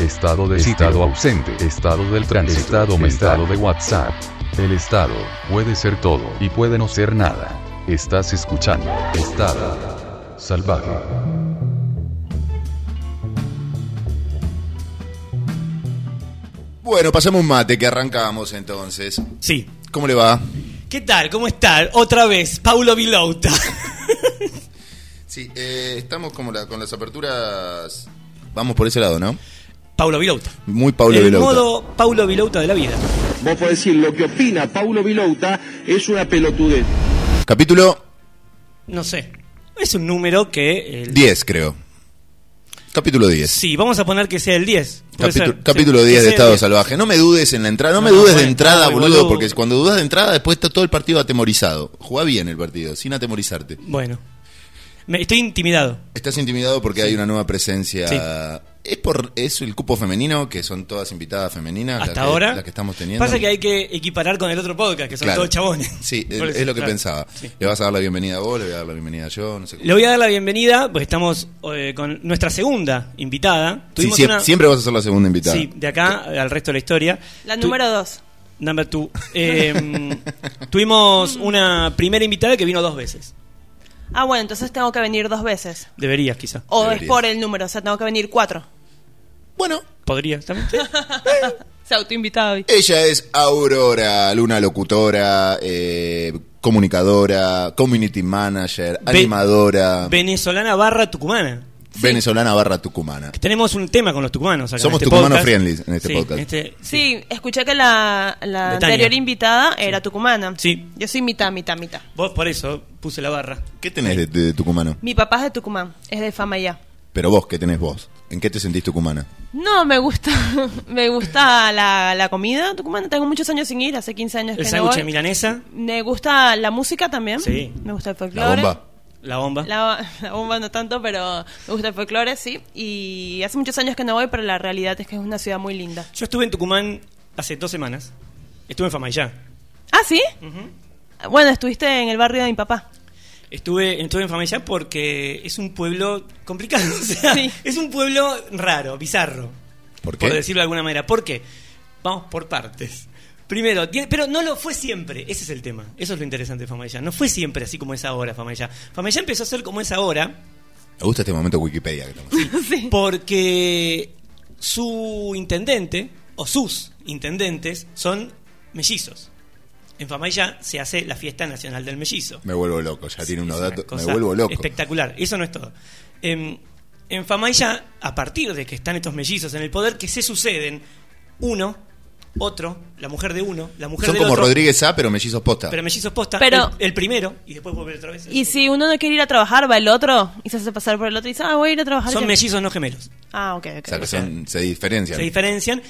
estado de estado ausente, estado del tránsito, estado mental, estado de WhatsApp. El estado puede ser todo y puede no ser nada. Estás escuchando Estado Salvaje. Bueno, pasemos un mate que arrancamos entonces. Sí. ¿Cómo le va? ¿Qué tal? ¿Cómo están? Otra vez, Paulo Vilouta. Sí, eh, estamos como la- con las aperturas. Vamos por ese lado, ¿no? Paulo Vilouta. Muy Pablo El Vilouta. modo Paulo Vilouta de la vida. Vos podés decir lo que opina Paulo Vilouta es una pelotudez. Capítulo No sé. Es un número que... el- 10, creo. Capítulo 10. Sí, vamos a poner que sea el 10. Puede Capitu- ser. capítulo 10 Sí, de que sea Estado el 10. Salvaje. No me dudes en la entrada, no, me No, dudes de bueno, entrada, no, boludo, boludo. porque cuando dudas de entrada después está todo el partido atemorizado. Juega bien el partido, sin atemorizarte. Bueno. Me, estoy intimidado. Estás intimidado porque hay una nueva presencia. Sí. Es por es el cupo femenino, que son todas invitadas femeninas. las Hasta Ah, que- ahora. Las que estamos teniendo. Pasa que hay que equiparar con el otro podcast, que son Claro. todos chabones. Sí, es, Por eso, es lo que claro. pensaba. Sí. Le vas a dar la bienvenida a vos, le voy a dar la bienvenida a yo, no sé Le voy a dar la bienvenida, porque estamos eh, con nuestra segunda invitada. Sí, Tuvimos sie- una- Siempre vas a ser la segunda invitada. Sí, de acá al resto de la historia. La Tu- número dos. Number two. Eh, tuvimos una primera invitada que vino dos veces. Ah, bueno, entonces tengo que venir dos veces. Deberías, quizá. O Deberías. es por el número, o sea, tengo que venir cuatro. Bueno, Podrías también. Se autoinvitado hoy. ella es Aurora, luna locutora, eh, comunicadora, community manager, Ve- animadora, Venezolana barra tucumana. venezolana barra tucumana. Tenemos un tema con los tucumanos acá. Somos en este tucumano podcast. friendly en este Sí, podcast. este- sí. Sí, escuché que la, la De Tania. anterior invitada era tucumana. Sí. Yo soy mitad, mitad, mitad. Vos por eso puse la barra. ¿Qué tenés de, de tucumano? Mi papá es de Tucumán, es de Famayá. Pero vos, ¿qué tenés vos? ¿En qué te sentís tucumana? No, me gusta me gusta la, la comida tucumana. Tengo muchos años sin ir, hace 15 años El que no sándwich de voy. milanesa, Me gusta la música también. Sí. Me gusta el La folclore. bomba. la bomba. La, la bomba no tanto, pero me gusta el folclore, sí. Y hace muchos años que no voy, pero la realidad es que es una ciudad muy linda. Yo estuve en Tucumán hace dos semanas. Estuve en Famayá. ¿Ah, sí? Bueno, estuviste en el barrio de mi papá. Estuve, estuve en Famayá porque es un pueblo complicado. o sea, Sí. Es un pueblo raro, bizarro. ¿Por por qué? decirlo de alguna manera. ¿Por qué? Vamos por partes. Primero, tiene- pero no lo fue siempre, ese es el tema. Eso es lo interesante de Famaya. No fue siempre así como es ahora Famaya. Famaya empezó a ser como es ahora Me gusta este momento Wikipedia que estamos haciendo. porque su intendente o sus intendentes son mellizos. En Famaya se hace la fiesta nacional del mellizo. Me vuelvo loco, ya tiene Es unos una datos. Me cosa vuelvo loco. Espectacular. Eso no es todo. En, en Famaya, a partir de que están estos mellizos en el poder, que se suceden uno, otro, la mujer de uno, la mujer Son del como otro, Rodríguez A, pero mellizos posta. Pero mellizos posta, Pero- el, el primero, y después vuelve otra vez. Y si uno no quiere ir a trabajar, va el otro y se hace pasar por el otro y dice, ah, voy a ir a trabajar. Son yo. mellizos no gemelos. Ah, ok, ok. o sea, que o sea, son- se diferencian. Se diferencian.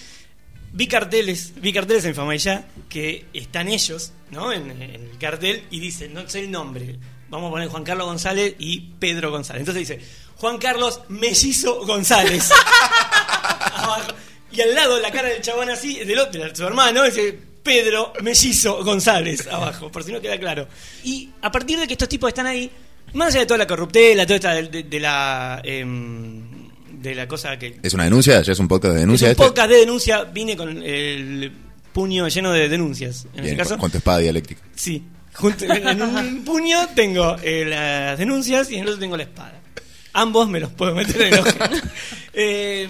Vi carteles, vi carteles en Famaya que están ellos, ¿no? En, en el cartel y dicen, no sé el nombre. Vamos a poner Juan Carlos González y Pedro González. Entonces dice, Juan Carlos Mellizo González. Abajo. y al lado la cara del chabón así, del otro, de su hermano, dice Pedro Mellizo González abajo, por si no queda claro. Y a partir de que estos tipos están ahí, más allá de toda la corruptela, toda esta de, de- de la em, de la cosa que ¿Es una denuncia? ¿Ya es un podcast de denuncia? es un este? podcast de denuncia, vine con el puño lleno de denuncias. En Bien, este caso, con tu espada dialéctica. sí. Junto- en un puño tengo eh, las denuncias y en el otro tengo la espada. Ambos me los puedo meter en el ojo. Eh,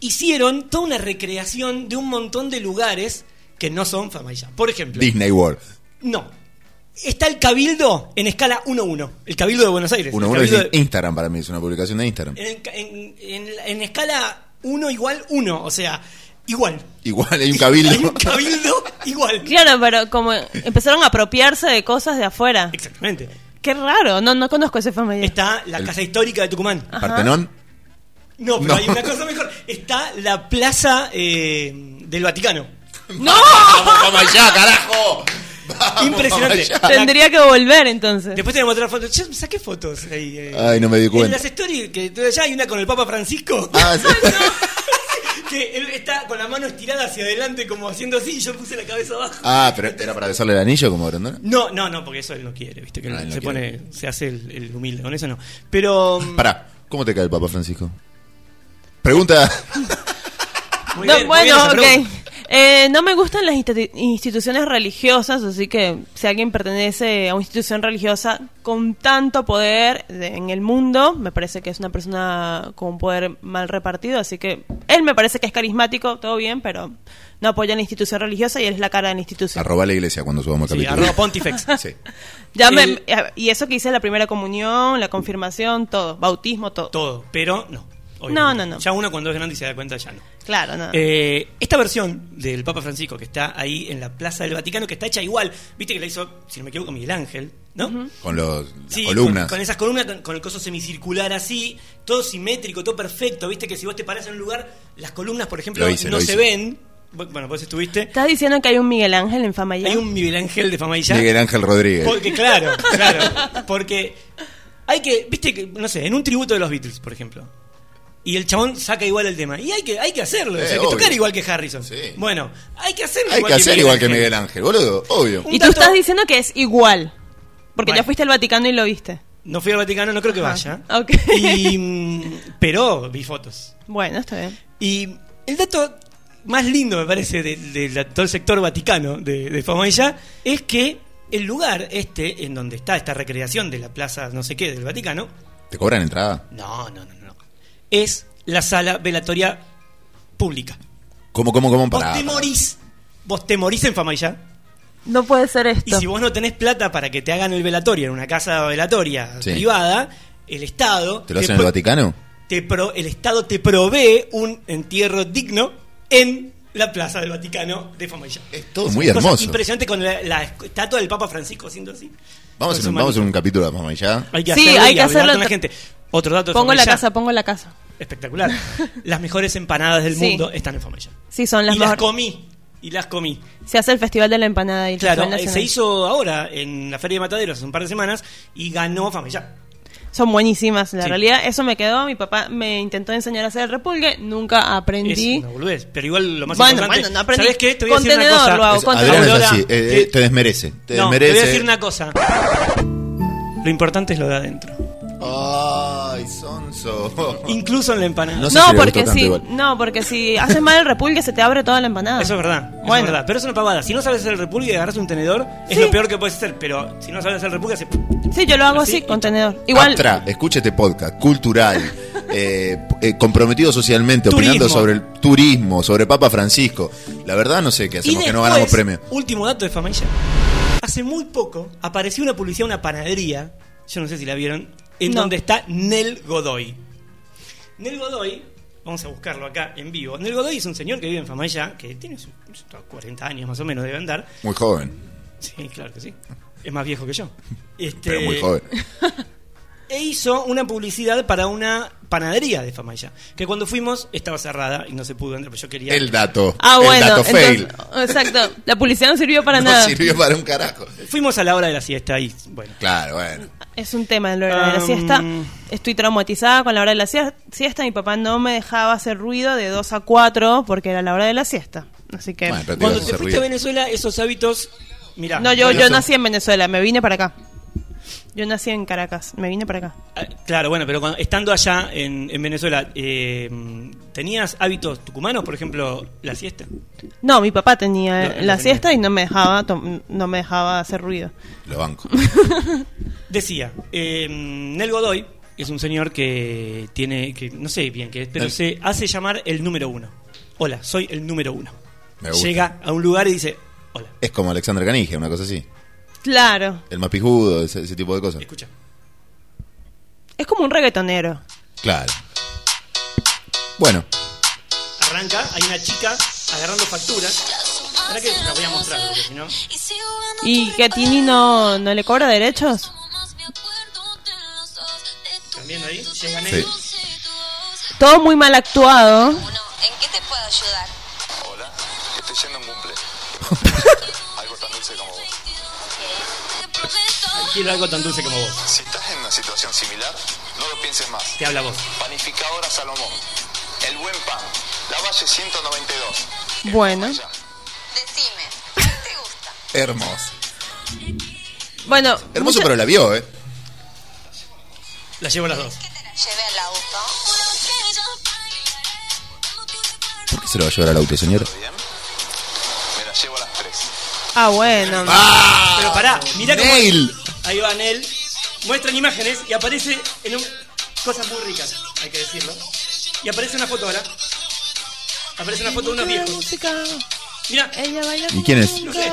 hicieron toda una recreación de un montón de lugares que no son Famaya. Por ejemplo, Disney World. no. Está el Cabildo en escala 1-1. El Cabildo de Buenos Aires. Uno, El uno es Cabildo de- Eh, Instagram para mí, es una publicación de Instagram. en, en- en- en escala 1 igual 1, o sea, igual. Igual hay un Hay un cabildo. cabildo igual. Claro, pero como empezaron a apropiarse de cosas de afuera. Exactamente. Qué raro, no, no conozco ese familiar. Está la Casa Histórica de Tucumán. Ah. Partenón. No, pero No. hay una cosa mejor. Está la Plaza eh, del Vaticano. ¡No! ¡Vamos, vamos allá, carajo! ¡Vamos, Impresionante. vamos allá! Tendría que volver entonces. Después tenemos otra foto. Yo saqué fotos ahí. eh. Ay, no me di En cuenta. las stories que tú allá hay una con el Papa Francisco. Ah, sí. que él está con la mano estirada hacia adelante como haciendo así y yo puse la cabeza abajo. Ah, pero era para besarle el anillo como Brandona. No, no, no, porque eso él no quiere, viste, que Ah, no- él no se quiere. pone, se hace el, el humilde, con eso no. Pero mm, Pará, ¿cómo te cae el Papa Francisco? Pregunta. Muy No, bien, muy bien bueno, esa ok. pregunta. Eh, no me gustan las insti- instituciones religiosas, así que si alguien pertenece a una institución religiosa con tanto poder de- en el mundo, me parece que es una persona con un poder mal repartido, así que él me parece que es carismático, todo bien, pero no apoya la institución religiosa y él es la cara de la institución. Arroba la iglesia cuando subamos Sí, capítulo. arroba Pontifex. Sí. Ya me- eh, el- y eso que hice la primera comunión, la confirmación, todo, bautismo, todo. Todo, pero no. obviamente. No, no, Ah. no. Ya uno cuando es grande y se da cuenta, ya no. Claro, no. Eh, esta versión del Papa Francisco que está ahí en la Plaza del Vaticano, que está hecha igual, viste que la hizo, si no me equivoco, Miguel Ángel, ¿no? Con los, las Sí, columnas. Con, con esas columnas, con, con el coso semicircular así, todo simétrico, todo perfecto. Viste que si vos te parás en un lugar, las columnas, por ejemplo, Lo hice, lo no se hice. ven. Bu- Bueno, vos estuviste. ¿Estás diciendo que hay un Miguel Ángel en fama ya? Hay un Miguel Ángel de Famaillá. Miguel Ángel Rodríguez. Porque, claro, claro. Porque hay que, viste, que, no sé, en un tributo de los Beatles, por ejemplo. Y el chabón saca igual el tema. Y hay que, hay que hacerlo. o Eh, sea, hay que obvio. tocar igual que Harrison. Sí. Bueno, hay que hacerlo Hay que hacer igual que Miguel Ángel, boludo. Obvio. Y un tú dato- estás diciendo que es igual. Porque Bueno. ya fuiste al Vaticano y lo viste. No fui al Vaticano, no creo que Ajá. vaya. Ok. Y, mm, pero vi fotos. Bueno, está bien. Y el dato más lindo, me parece, de, de la- todo el sector vaticano de, de Famaillá es que el lugar este, en donde está esta recreación de la plaza no sé qué del Vaticano, ¿Te cobran entrada? no, no, no, no, es la sala velatoria pública. ¿Cómo, cómo, cómo? Vos Para, te morís, vos te morís en Famaillá No puede ser y esto. si vos no tenés plata para que te hagan el velatorio en una casa velatoria Sí. privada, el Estado... ¿Te lo hacen en el pro- Vaticano? te pro- el Estado te provee un entierro digno en la Plaza del Vaticano de Famaillá. Es todo muy Cosa hermoso. Impresionante con la, la estatua del Papa Francisco haciendo así. Vamos, a Con hacer su un- vamos a hacer manito. un capítulo de Mamá y ya. Hay que Sí, hacerlo hay y que hablar hacerlo. con la gente. Otro dato de Pongo la Famaillá, casa, pongo la casa. Espectacular. Las mejores empanadas del Sí. mundo están en Famaillá. Sí, son las y las mejores. comí. Y las comí. Se hace el Festival de la Empanada y el Claro, eh, Festival se Nacional. hizo ahora en la Feria de Mataderos hace un par de semanas y ganó Famaillá. Son buenísimas. La Sí. realidad, eso me quedó. Mi papá me intentó enseñar a hacer el repulgue. Nunca aprendí. Es una boludez, pero igual lo más Bueno, importante... bueno, no aprendí. ¿Sabes qué? Te voy a decir una Contenedor cosa. lo hago. Es- contra- Adrián es Aurora, así. eh, eh, que- te desmerece. Te no, desmerece. te voy a decir una cosa. Lo importante es lo de adentro. Ay, Sonso. Incluso en la empanada. No sé No, si le gustó porque tanto si, igual. no, porque si haces mal el repulgue se te abre toda la empanada. Eso es verdad. eso Bueno. es verdad. Pero es una pavada. Si no sabes hacer el repulgue y agarras un tenedor, es Sí. lo peor que puedes hacer. Pero si no sabes hacer el repulgue, hace... Sí, yo lo hago así, Así. contenedor. Igual. Atra, escucha este podcast, cultural, eh, eh, comprometido socialmente, opinando Turismo. sobre el turismo, sobre Papa Francisco. La verdad no sé qué hacemos, que no después, ganamos premio. Último dato de Familla. Hace muy poco apareció una publicidad, una panadería, yo no sé si la vieron, en No. donde está Nel Godoy. Nel Godoy, vamos a buscarlo acá en vivo. Nel Godoy es un señor que vive en Famaya, que tiene sus sus 40 años más o menos, debe andar. Muy joven, Sí, claro que sí. Es más viejo que yo. Este, pero muy joven. e hizo una publicidad para una panadería de Famaya. Que cuando fuimos estaba cerrada y no se pudo entrar, pero yo quería. El dato. Ah, el bueno. dato fail. entonces- exacto. La publicidad no sirvió para no nada. sirvió para un carajo. Fuimos a la hora de la siesta y bueno. Claro, bueno. Es un tema el horario de la Um, siesta. Estoy traumatizada con la hora de la sie- siesta. Mi papá no me dejaba hacer ruido de 2 a 4 porque era la hora de la siesta. Así que. Bueno, pero te Cuando ibas a te hacer fuiste ruido. a Venezuela, esos hábitos. Mirá. no, yo, bueno, yo eso- nací en Venezuela, me vine para acá. Yo nací en Caracas, me vine para acá. Ah, Claro, bueno, pero cuando- estando allá en, en Venezuela, eh, ¿tenías hábitos tucumanos, por ejemplo, la siesta? No, mi papá tenía No, la no tenía. siesta y no me dejaba tom- no me dejaba hacer ruido. Lo banco. Decía, eh, Nel Godoy es un señor que tiene, que no sé bien qué es, pero Nel. se hace llamar el número uno. Hola, soy el número uno. Me gusta. Llega a un lugar y dice, hola, Es como Alexander Canigia, una cosa así. Claro, El más pijudo, ese, ese tipo de cosas. escucha. es como un reggaetonero. Claro. Bueno, Arranca, hay una chica agarrando facturas. Ahora que la voy a mostrar, porque si no... ¿Y que a Tini no, no le cobra derechos? También ahí, llega Nel. sí. Todo muy mal actuado. Uno, ¿en qué te puedo ayudar? Hola, estoy yendo a un cumple. Algo tan dulce como vos. Quiero algo tan dulce como vos. Si estás en una situación similar, no lo pienses más. Te habla vos. Panificadora Salomón. El buen pan. La Valle 192. Bueno. Ya. Decime, ¿qué te gusta? hermoso. Bueno, Hermoso, mucha- pero la vio, ¿eh? La llevo las dos. ¿Qué te la llevé al auto? ¿Por qué se lo va a llevar al auto, señor? ¿Bien? Me la llevo a las 3. Ah, bueno. Pero pará, mirá cómo. Nail. Ahí va Nel. Muestran imágenes y aparece en un- cosas muy ricas, hay que decirlo. Y aparece una foto ahora. Aparece una foto de unos la viejos. música. Mira, Ella baila ¿Y quién es? nunca. No sé.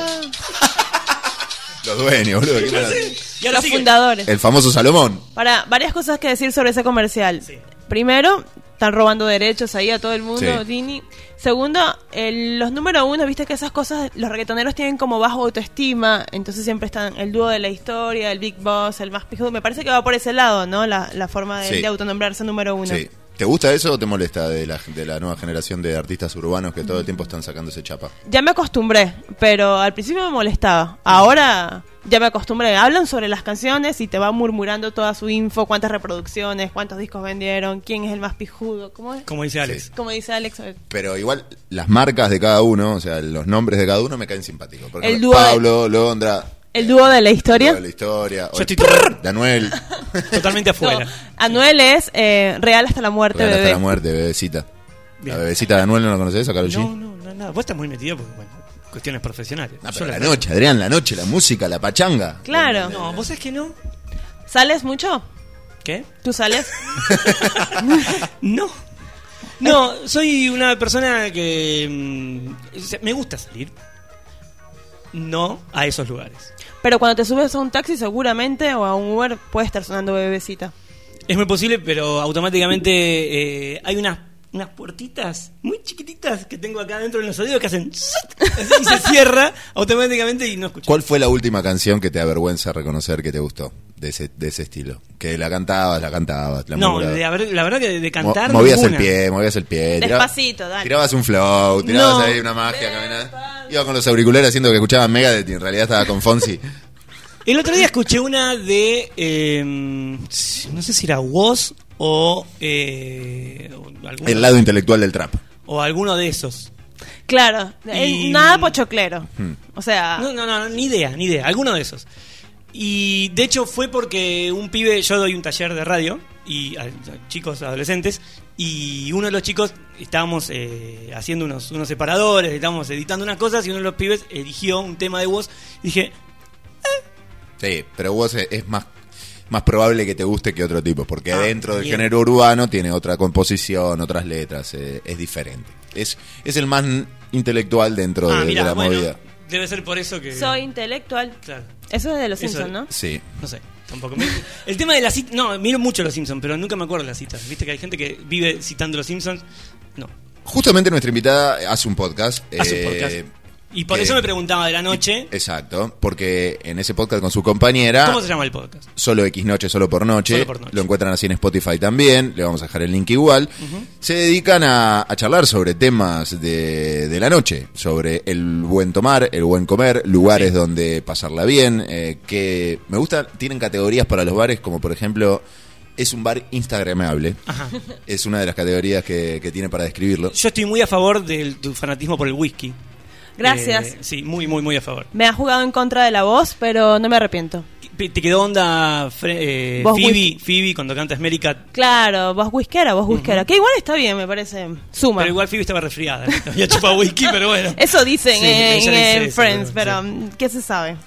Los dueños, boludo. ¿qué tal? y ahora Los sigue. fundadores. El famoso Salomón. Para varias cosas que decir sobre ese comercial. Sí. Primero, están robando derechos ahí a todo el mundo, Sí. Dini. Segundo, el- los número uno, viste que esas cosas, los reggaetoneros tienen como bajo autoestima, entonces siempre están el dúo de la historia, el Big Boss, el más pijudo. Me parece que va por ese lado, ¿no? La, la forma de, Sí. de autonombrarse número uno. Sí. ¿Te gusta eso o te molesta de la, de la nueva generación de artistas urbanos que todo el tiempo están sacando ese chapa? Ya me acostumbré, pero al principio me molestaba. Ahora ya me acostumbré. Hablan sobre las canciones y te va murmurando toda su info, cuántas reproducciones, cuántos discos vendieron, quién es el más pijudo, ¿cómo es? Como dice Alex. Como dice Alex, el, Pero igual, las marcas de cada uno, o sea, los nombres de cada uno me caen simpáticos. Por El ejemplo, dúo de- Pablo, Londra. el dúo de la historia. Dúo de la historia. o Yo el- estoy to- Danuel. totalmente No, afuera. Anuel es eh, real hasta la muerte, Real hasta bebé. la muerte, bebecita. Bien. La bebecita de Anuel no la conoces, a Karol G? No, no, no, nada. Vos estás muy metido porque, bueno, cuestiones profesionales. Ah, Yo pero la- la noche, Adrián, la noche, la música, la pachanga. Claro. No, vos sabés que no. ¿Sales mucho? ¿Qué? ¿Tú sales? No. No, soy una persona que. mm, o sea, me gusta salir. No a esos lugares. Pero cuando te subes a un taxi seguramente o a un Uber puede estar sonando bebecita. Es muy posible, pero automáticamente eh, hay unas, unas puertitas muy chiquititas que tengo acá dentro de los oídos que hacen. zut, Y se cierra automáticamente y no escucho. ¿Cuál fue la última canción que te avergüenza reconocer que te gustó de ese, de ese estilo? Que la cantabas, la cantabas, la no, murmurabas. de haber- la verdad que de, de cantar. Mo- movías ninguna. el pie, movías el pie. tirabas- Despacito, dale. Tirabas un flow, tirabas No. ahí una magia, caminabas. Iba con los auriculares haciendo que escuchaba Megadeth y en realidad estaba con Fonsi. El otro día escuché una de. eh, no sé si era Woz o. eh, o alguno- El lado intelectual del trap. o alguno de esos. Claro, Y- eh, nada pochoclero. O sea, No, no, no, ni idea, ni idea. Alguno de esos. Y de hecho fue porque un pibe, yo doy un taller de radio, y a, a chicos, adolescentes, y uno de los chicos estábamos eh, haciendo unos, unos separadores, estábamos editando unas cosas, y uno de los pibes eligió un tema de voz. Y dije, ah, Sí, pero vos es, es más, más probable que te guste que otro tipo, porque Ah, dentro del bien. género urbano tiene otra composición, otras letras, eh, es diferente. Es, es el más intelectual dentro de, ah, de mira, la bueno, movida. debe ser por eso que. soy intelectual. Claro, Eso es de los Eso- Simpsons, ¿no? Sí. no sé. Tampoco me- El tema de las citas. No, miro mucho los Simpsons, pero nunca me acuerdo de las citas. Viste que hay gente que vive citando los Simpsons. No. Justamente nuestra invitada hace un podcast. Hace eh, un podcast. Y por que- eso me preguntaba de la noche. Exacto, porque en ese podcast con su compañera... ¿Cómo se llama el podcast? Solo X Noche, solo por noche. Solo por noche. Lo encuentran así en Spotify también. Le vamos a dejar el link igual. Se dedican a, a charlar sobre temas de, de la noche. Sobre el buen tomar, el buen comer, lugares donde pasarla bien. eh, que me gusta, tienen categorías para los bares, como por ejemplo, es un bar Instagramable. Es una de las categorías que, que tiene para describirlo. Yo estoy muy a favor del tu fanatismo por el whisky. Gracias. Eh, sí, muy, muy, muy a favor. Me ha jugado en contra de la voz, pero no me arrepiento. Pe- ¿Te quedó onda Fre- eh, Vos Phoebe, whisky. Phoebe cuando canta América? Claro, voz whiskera, voz whiskera. Que igual está bien, me parece. Suma. Pero igual Phoebe estaba resfriada. ¿no? Había chupado whisky, pero bueno. Eso dicen Sí, eh, en, ella dice en eso, Friends, pero pero sí. mm, ¿qué se sabe?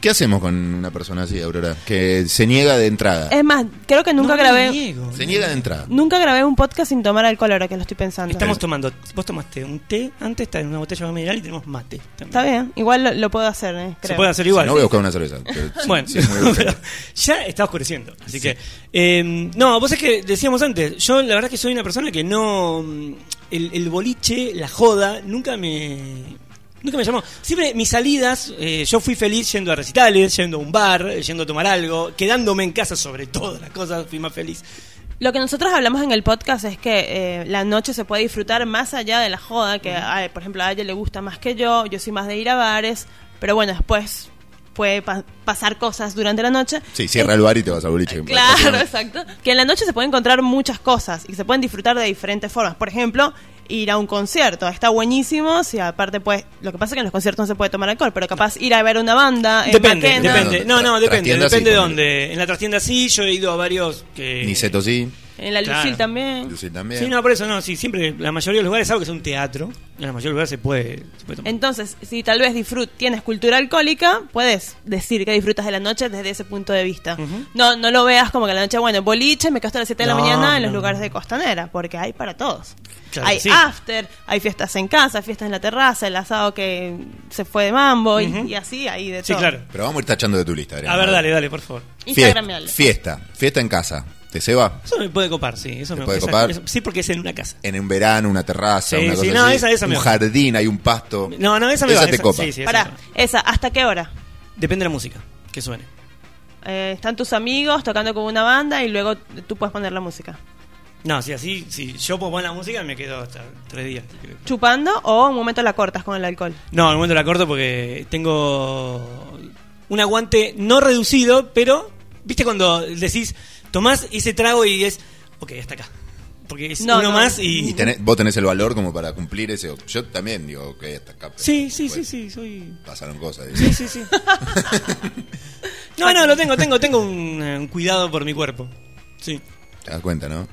¿Qué hacemos con una persona así, Aurora? Que se niega de entrada. Es más, creo que nunca No, grabé me niego. Se niega de entrada. nunca grabé un podcast sin tomar alcohol ahora que lo estoy pensando. Estamos tomando. Vos tomaste un té, antes está en una botella de agua mineral y tenemos mate. también. Está bien, igual lo, lo puedo hacer, eh, Se creo. puede hacer Si igual. no voy a buscar una cerveza. pero sí, Bueno, sí, es muy urgente. pero ya está oscureciendo. Así que, eh, no, vos es que decíamos antes, yo la verdad que soy una persona que no. mm, El, el boliche, la joda, nunca me. Nunca me llamó. Siempre mis salidas, eh, yo fui feliz yendo a recitales, yendo a un bar, eh, yendo a tomar algo, quedándome en casa sobre todas las cosas, fui más feliz. Lo que nosotros hablamos en el podcast es que eh, la noche se puede disfrutar más allá de la joda, que ay, por ejemplo a ella le gusta más que yo, yo soy más de ir a bares, pero bueno, después puede pa- pasar cosas durante la noche. Sí, cierra el bar y te vas al boliche. Claro, exacto. Que en la noche se pueden encontrar muchas cosas y se pueden disfrutar de diferentes formas. Por ejemplo, ir a un concierto. Está buenísimo. Si aparte, pues, lo que pasa es que en los conciertos no se puede tomar alcohol, pero capaz ir a ver una banda. en Depende, Maquena. depende. No, no, Tras- depende. trastienda Depende de sí, dónde. En la trastienda sí, yo he ido a varios que. Niceto sí. En la Claro. Lucil también. Lucil también. Sí, no, por eso no, sí, siempre la mayoría de los lugares, algo que es un teatro, en la mayoría de los lugares se puede, se puede tomar. Entonces, si tal vez disfrut tienes cultura alcohólica, puedes decir que disfrutas de la noche desde ese punto de vista. Ujú. No no lo veas como que la noche, bueno, boliche, me quedo hasta las 7 de No, la mañana en los no. lugares de Costanera, porque hay para todos. Claro, hay sí. after, hay fiestas en casa, fiestas en la terraza, el asado que se fue de mambo y- y, así, ahí de Sí, todo. claro. Pero vamos a ir tachando de tu lista. A Adrián. ver, dale, dale, por favor. Fiesta, Instagram fiesta, fiesta en casa. ¿Te se va? Eso me puede copar, sí. Eso ¿Te me puede esa- copar? eso- sí, porque es en una casa. En un verano, una terraza, Sí, una sí, cosa no, así. esa- esa me un va. jardín, hay un pasto. No, no, esa me va. te copa. sí, sí, esa me Pará, va. esa, ¿hasta qué hora? Depende de la música que suene. Eh, están tus amigos tocando con una banda y luego tú puedes poner la música. No, si así, si yo pongo la música me quedo hasta tres días. ¿Chupando o en un momento la cortas con el alcohol? No, al momento la corto porque tengo un aguante no reducido, pero ¿viste cuando decís tomás ese trago y es ok, hasta acá? Porque es No, uno no. más y, Y tenés- vos tenés el valor como para cumplir ese. Yo también digo, ok, hasta acá. pero Sí, sí, sí, después sí, soy Pasaron cosas. Sí, sí, sí. No, no, lo tengo, tengo, tengo un, eh, un cuidado por mi cuerpo. Sí. Te das cuenta, ¿no?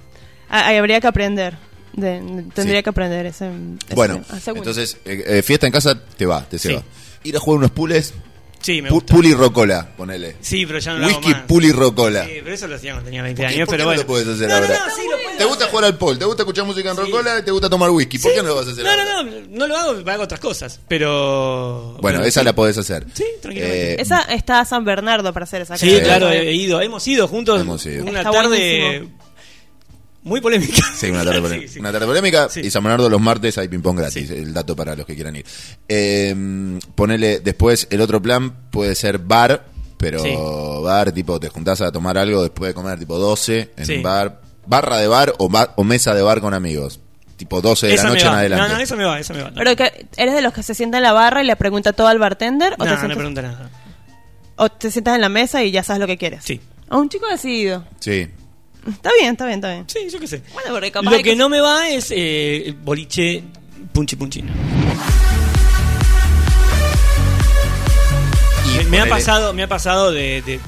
Ah, ahí habría que aprender. De- tendría que aprender ese. ese- Bueno, ah, según. entonces, eh, eh, fiesta en casa te va, te se Sí. va. Ir a jugar unos pules, Sí, me pu- gusta. puli rocola, ponele. Sí, pero ya no lo hago Whisky, más. puli rocola. Sí, pero eso lo hacía cuando tenía 20 ¿Por qué- años, por qué pero no bueno. lo podés hacer no, no, ahora? no, sí, lo puedo ¿Te gusta jugar al pol? ¿Te gusta escuchar música en rocola? y ¿Te gusta tomar whisky? ¿Por qué no lo vas a hacer No, ahora? no, no, no lo hago, hago otras cosas, pero... Bueno, pero esa sí. la podés hacer. Sí, tranquilamente. Eh, Esa está a San Bernardo para hacer esa Sí, clase. claro, eh, he ido, hemos ido juntos Hemos ido. una Está tarde buenísimo. muy polémica. Sí, una tarde, polémica. sí. Una tarde polémica. Sí. Y San Bernardo los martes hay ping-pong gratis. El dato para los que quieran ir. Eh, ponele después el otro plan puede ser bar, pero Sí. bar tipo te juntás a tomar algo después de comer, tipo 12 en Sí. un bar. Barra de bar o, ba- o mesa de bar con amigos. Tipo 12 de Esa la me noche en va. adelante. No, no, eso me va, eso me va. No, Pero que eres de los que se sienta en la barra y le pregunta todo al bartender o, no, te no sientas, pregunta nada. o te sientas en la mesa y ya sabes lo que quieres. Sí. A un chico decidido. Sí. Está bien, está bien, está bien. Sí, yo qué sé. Bueno, porque capaz Lo hay que cosas- no me va es eh, boliche punchi punchino. Y Me, me ha ponele- pasado, me ha pasado de, de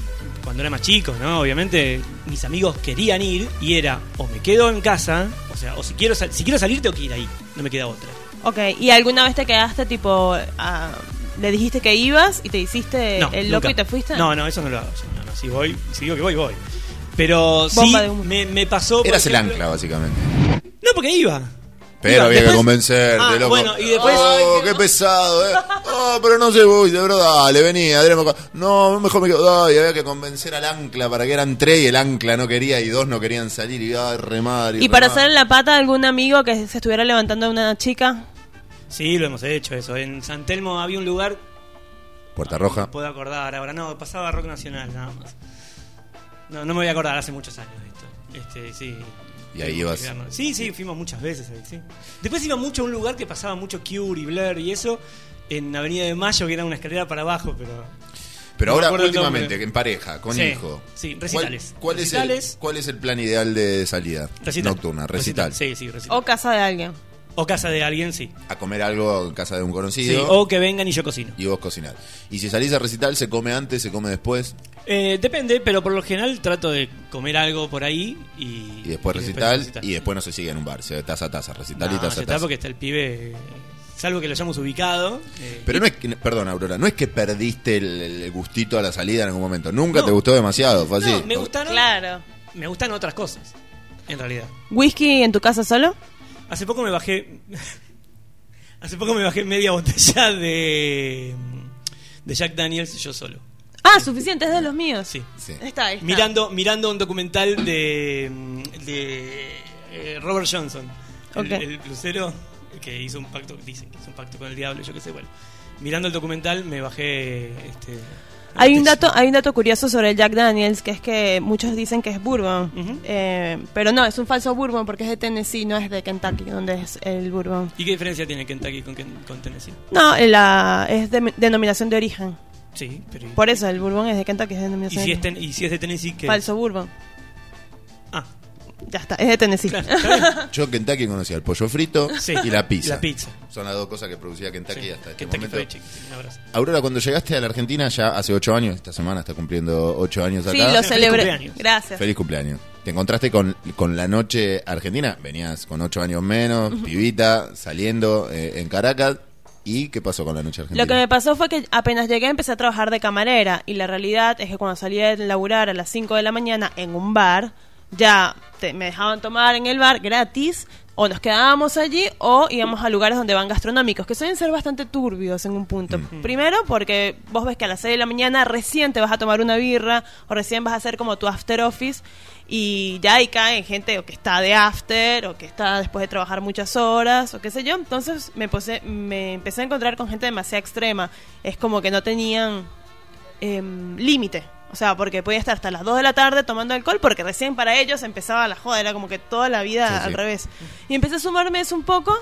cuando era más chico, ¿no? Obviamente, mis amigos querían ir y era o me quedo en casa, o sea, o si quiero, sal- si quiero salir tengo que ir ahí, no me queda otra. Ok, ¿y alguna vez te quedaste tipo. ah, le dijiste que ibas y te hiciste No, Eh, el loco nunca. y te fuiste? No, no, eso no lo hago. yo, No, no, si voy, si digo que voy, voy. Pero sí Bomba de humo. me, me pasó. por Eras el ejemplo- ancla, básicamente. No, porque iba. Pero Iba, había después- que convencerte, Ah, loco. Bueno, y después. Oh, qué pesado, eh. Oh, pero no se voy, de verdad. Dale, vení, Adrián. Moca- No, mejor me quedo. Ay, había que convencer al ancla para que eran tres y el ancla no quería y dos no querían salir. Y ay, remar. ¿Y para remar. hacer en la pata a algún amigo que se estuviera levantando a una chica? Sí, lo hemos hecho eso. En San Telmo había un lugar, Puerta Roja. puedo acordar ahora, no, pasaba rock nacional nada más. No, no me voy a acordar, hace muchos años de esto. Este, sí. Y ahí ibas. Sí, sí, fuimos muchas veces ahí, sí. Después iba mucho a un lugar que pasaba mucho Cure y Blair y eso, en Avenida de Mayo, que era una escalera para abajo, pero... Pero No me ahora, acuerdo el últimamente, nombre. en pareja, con Sí, hijo. sí, ¿Cuál- recitales. ¿Cuál, Es Recitales. el, ¿Cuál es el plan ideal de salida? Recital. Nocturna, recital. Sí, sí, recital. O casa de alguien. O casa de alguien, sí. A comer algo en casa de un Sí, conocido. o que vengan y yo cocino. Y vos cocinás. Y si salís a recital, ¿se come antes, se come después? Eh, depende, pero por lo general trato de comer algo por ahí y... Y después recital, recital. y después no se sigue en un bar, se taza a taza, recital y No, taza a ya está taza. porque está el pibe, eh, salvo que lo hayamos ubicado. eh, Pero no es que, perdón Aurora, no es que perdiste el, el gustito a la salida en algún momento, nunca No. te gustó demasiado, fue así. no, me gustaron, Claro. me gustan otras cosas, en realidad. ¿Whisky en tu casa solo? Hace poco me bajé. hace poco me bajé media botella de. de Jack Daniels yo solo. Ah, suficiente, es de los míos. Sí. Sí. Ahí Está, ahí está. Mirando, mirando un documental de. mm, de. eh, Robert Johnson. El, Ok. el blusero que hizo un pacto. Dicen que hizo un pacto con el diablo, yo qué sé, bueno. Mirando el documental me bajé. Este, Hay un botella. dato, hay un dato curioso sobre el Jack Daniels, que es que muchos dicen que es bourbon, Ujú. Eh, pero no, es un falso bourbon porque es de Tennessee, no es de Kentucky, donde es el bourbon. ¿Y qué diferencia tiene Kentucky con, Ken- con Tennessee? No, eh, la, es de, denominación de origen. Sí, pero. ¿y- Por eso el bourbon es de Kentucky, es de ¿Y denominación si de es, origen. ten- y si es de Tennessee, qué? Falso bourbon. Ah, Ya está, es de Tennessee. Claro, está bien. Yo Kentucky conocía el pollo frito Sí. y la pizza. La pizza. Son las dos cosas que producía Kentucky Sí. hasta este Kentucky momento. Fried Chicken. Un abrazo. Aurora, cuando llegaste a la Argentina ya hace ocho años, esta semana está cumpliendo ocho años acá. Sí, lo celebré. cumpleaños. Gracias. Feliz cumpleaños. Te encontraste con, con la noche argentina, venías con ocho años menos, pibita, saliendo eh, en Caracas. ¿Y qué pasó con la noche argentina? Lo que me pasó fue que apenas llegué empecé a trabajar de camarera y la realidad es que cuando salía de laburar a las 5 de la mañana en un bar, ya te- me dejaban tomar en el bar gratis o nos quedábamos allí o íbamos a lugares donde van gastronómicos, que suelen ser bastante turbios en un punto. Primero porque vos ves que a las 6 de la mañana recién te vas a tomar una birra o recién vas a hacer como tu after office y ya ahí caen gente o que está de after o que está después de trabajar muchas horas o qué sé yo. Entonces me, pose- me empecé a encontrar con gente demasiado extrema. Es como que no tenían em, límite. O sea, porque podía estar hasta las 2 de la tarde tomando alcohol porque recién para ellos empezaba la joda. Era como que toda la vida Sí, sí. al revés. Y empecé a sumarme eso un poco.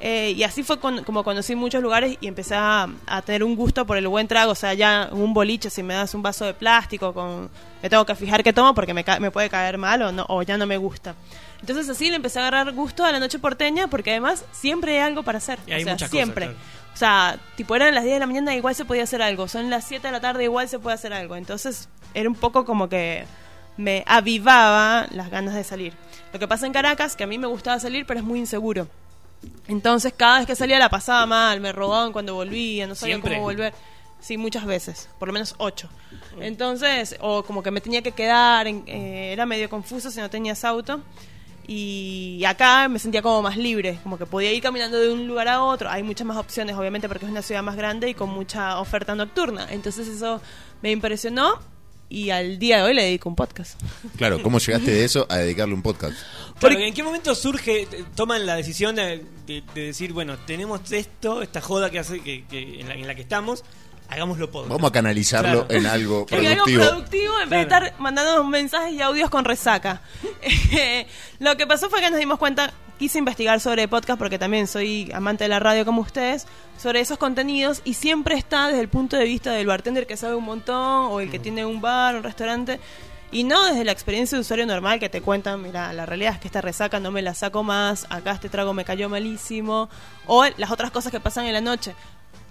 eh, y así fue con- como conocí muchos lugares y empecé a, a tener un gusto por el buen trago. O sea, ya en un boliche, si me das un vaso de plástico, con, me tengo que fijar que tomo porque me, ca- me puede caer mal o, no, o ya no me gusta. Entonces así le empecé a agarrar gusto a la noche porteña porque además siempre hay algo para hacer. Y hay o sea, muchas cosas, siempre. claro. O sea, tipo eran las 10 de la mañana, igual se podía hacer algo. Son las 7 de la tarde, igual se puede hacer algo. Entonces era un poco como que me avivaba las ganas de salir. Lo que pasa en Caracas, que a mí me gustaba salir, pero es muy inseguro. Entonces cada vez que salía la pasaba mal, me robaban cuando volvía, no sabía Siempre. cómo volver. Sí, muchas veces, por lo menos ocho. Entonces, o como que me tenía que quedar, en- eh, era medio confuso si no tenías auto. Y acá me sentía como más libre, como que podía ir caminando de un lugar a otro. Hay muchas más opciones, obviamente, porque es una ciudad más grande y con mucha oferta nocturna. Entonces eso me impresionó y al día de hoy le dedico un podcast. Claro, ¿cómo llegaste de eso a dedicarle un podcast? Claro, ¿en qué momento surge, eh, toman la decisión de, de- de decir, bueno, tenemos esto, esta joda que hace que, que- en, la, en la que estamos, hagámoslo podcast? Vamos a canalizarlo Claro. en algo En algo productivo. productivo en vez Claro. de estar mandándonos mensajes y audios con resaca. Eh, Lo que pasó fue que nos dimos cuenta, quise investigar sobre podcast porque también soy amante de la radio como ustedes, sobre esos contenidos y siempre está desde el punto de vista del bartender que sabe un montón o el que tiene un bar, un restaurante. Y no desde la experiencia de usuario normal que te cuentan, mira, la realidad es que esta resaca no me la saco más, acá este trago me cayó malísimo, o las otras cosas que pasan en la noche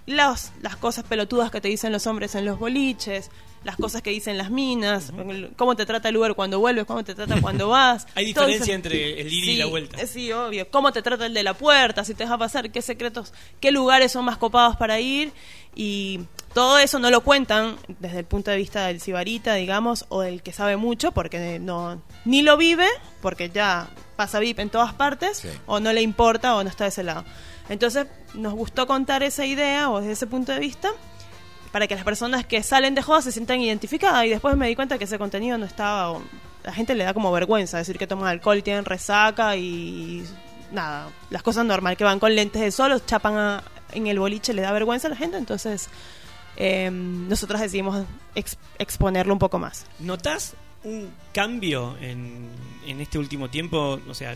las, las cosas pelotudas que te dicen los hombres en los boliches, las cosas que dicen las minas, el- cómo te trata el Uber cuando vuelves, cómo te trata cuando vas. Hay Todo diferencia eso. entre el ir y Sí, la vuelta. eh, Sí, obvio. Cómo te trata el de la puerta, si te deja pasar, qué secretos, qué lugares son más copados para ir y todo eso no lo cuentan desde el punto de vista del cibarita, digamos, o del que sabe mucho porque no ni lo vive porque ya pasa VIP en todas partes Sí. o no le importa o no está de ese lado. Entonces, nos gustó contar esa idea o desde ese punto de vista para que las personas que salen de joda se sientan identificadas y después me di cuenta que ese contenido no estaba o- la gente le da como vergüenza decir que toman alcohol tienen resaca y nada las cosas normal que van con lentes de sol los chapan a- en el boliche le da vergüenza a la gente entonces eh, nosotras decidimos ex- exponerlo un poco más ¿Notás un cambio en, en este último tiempo? O sea,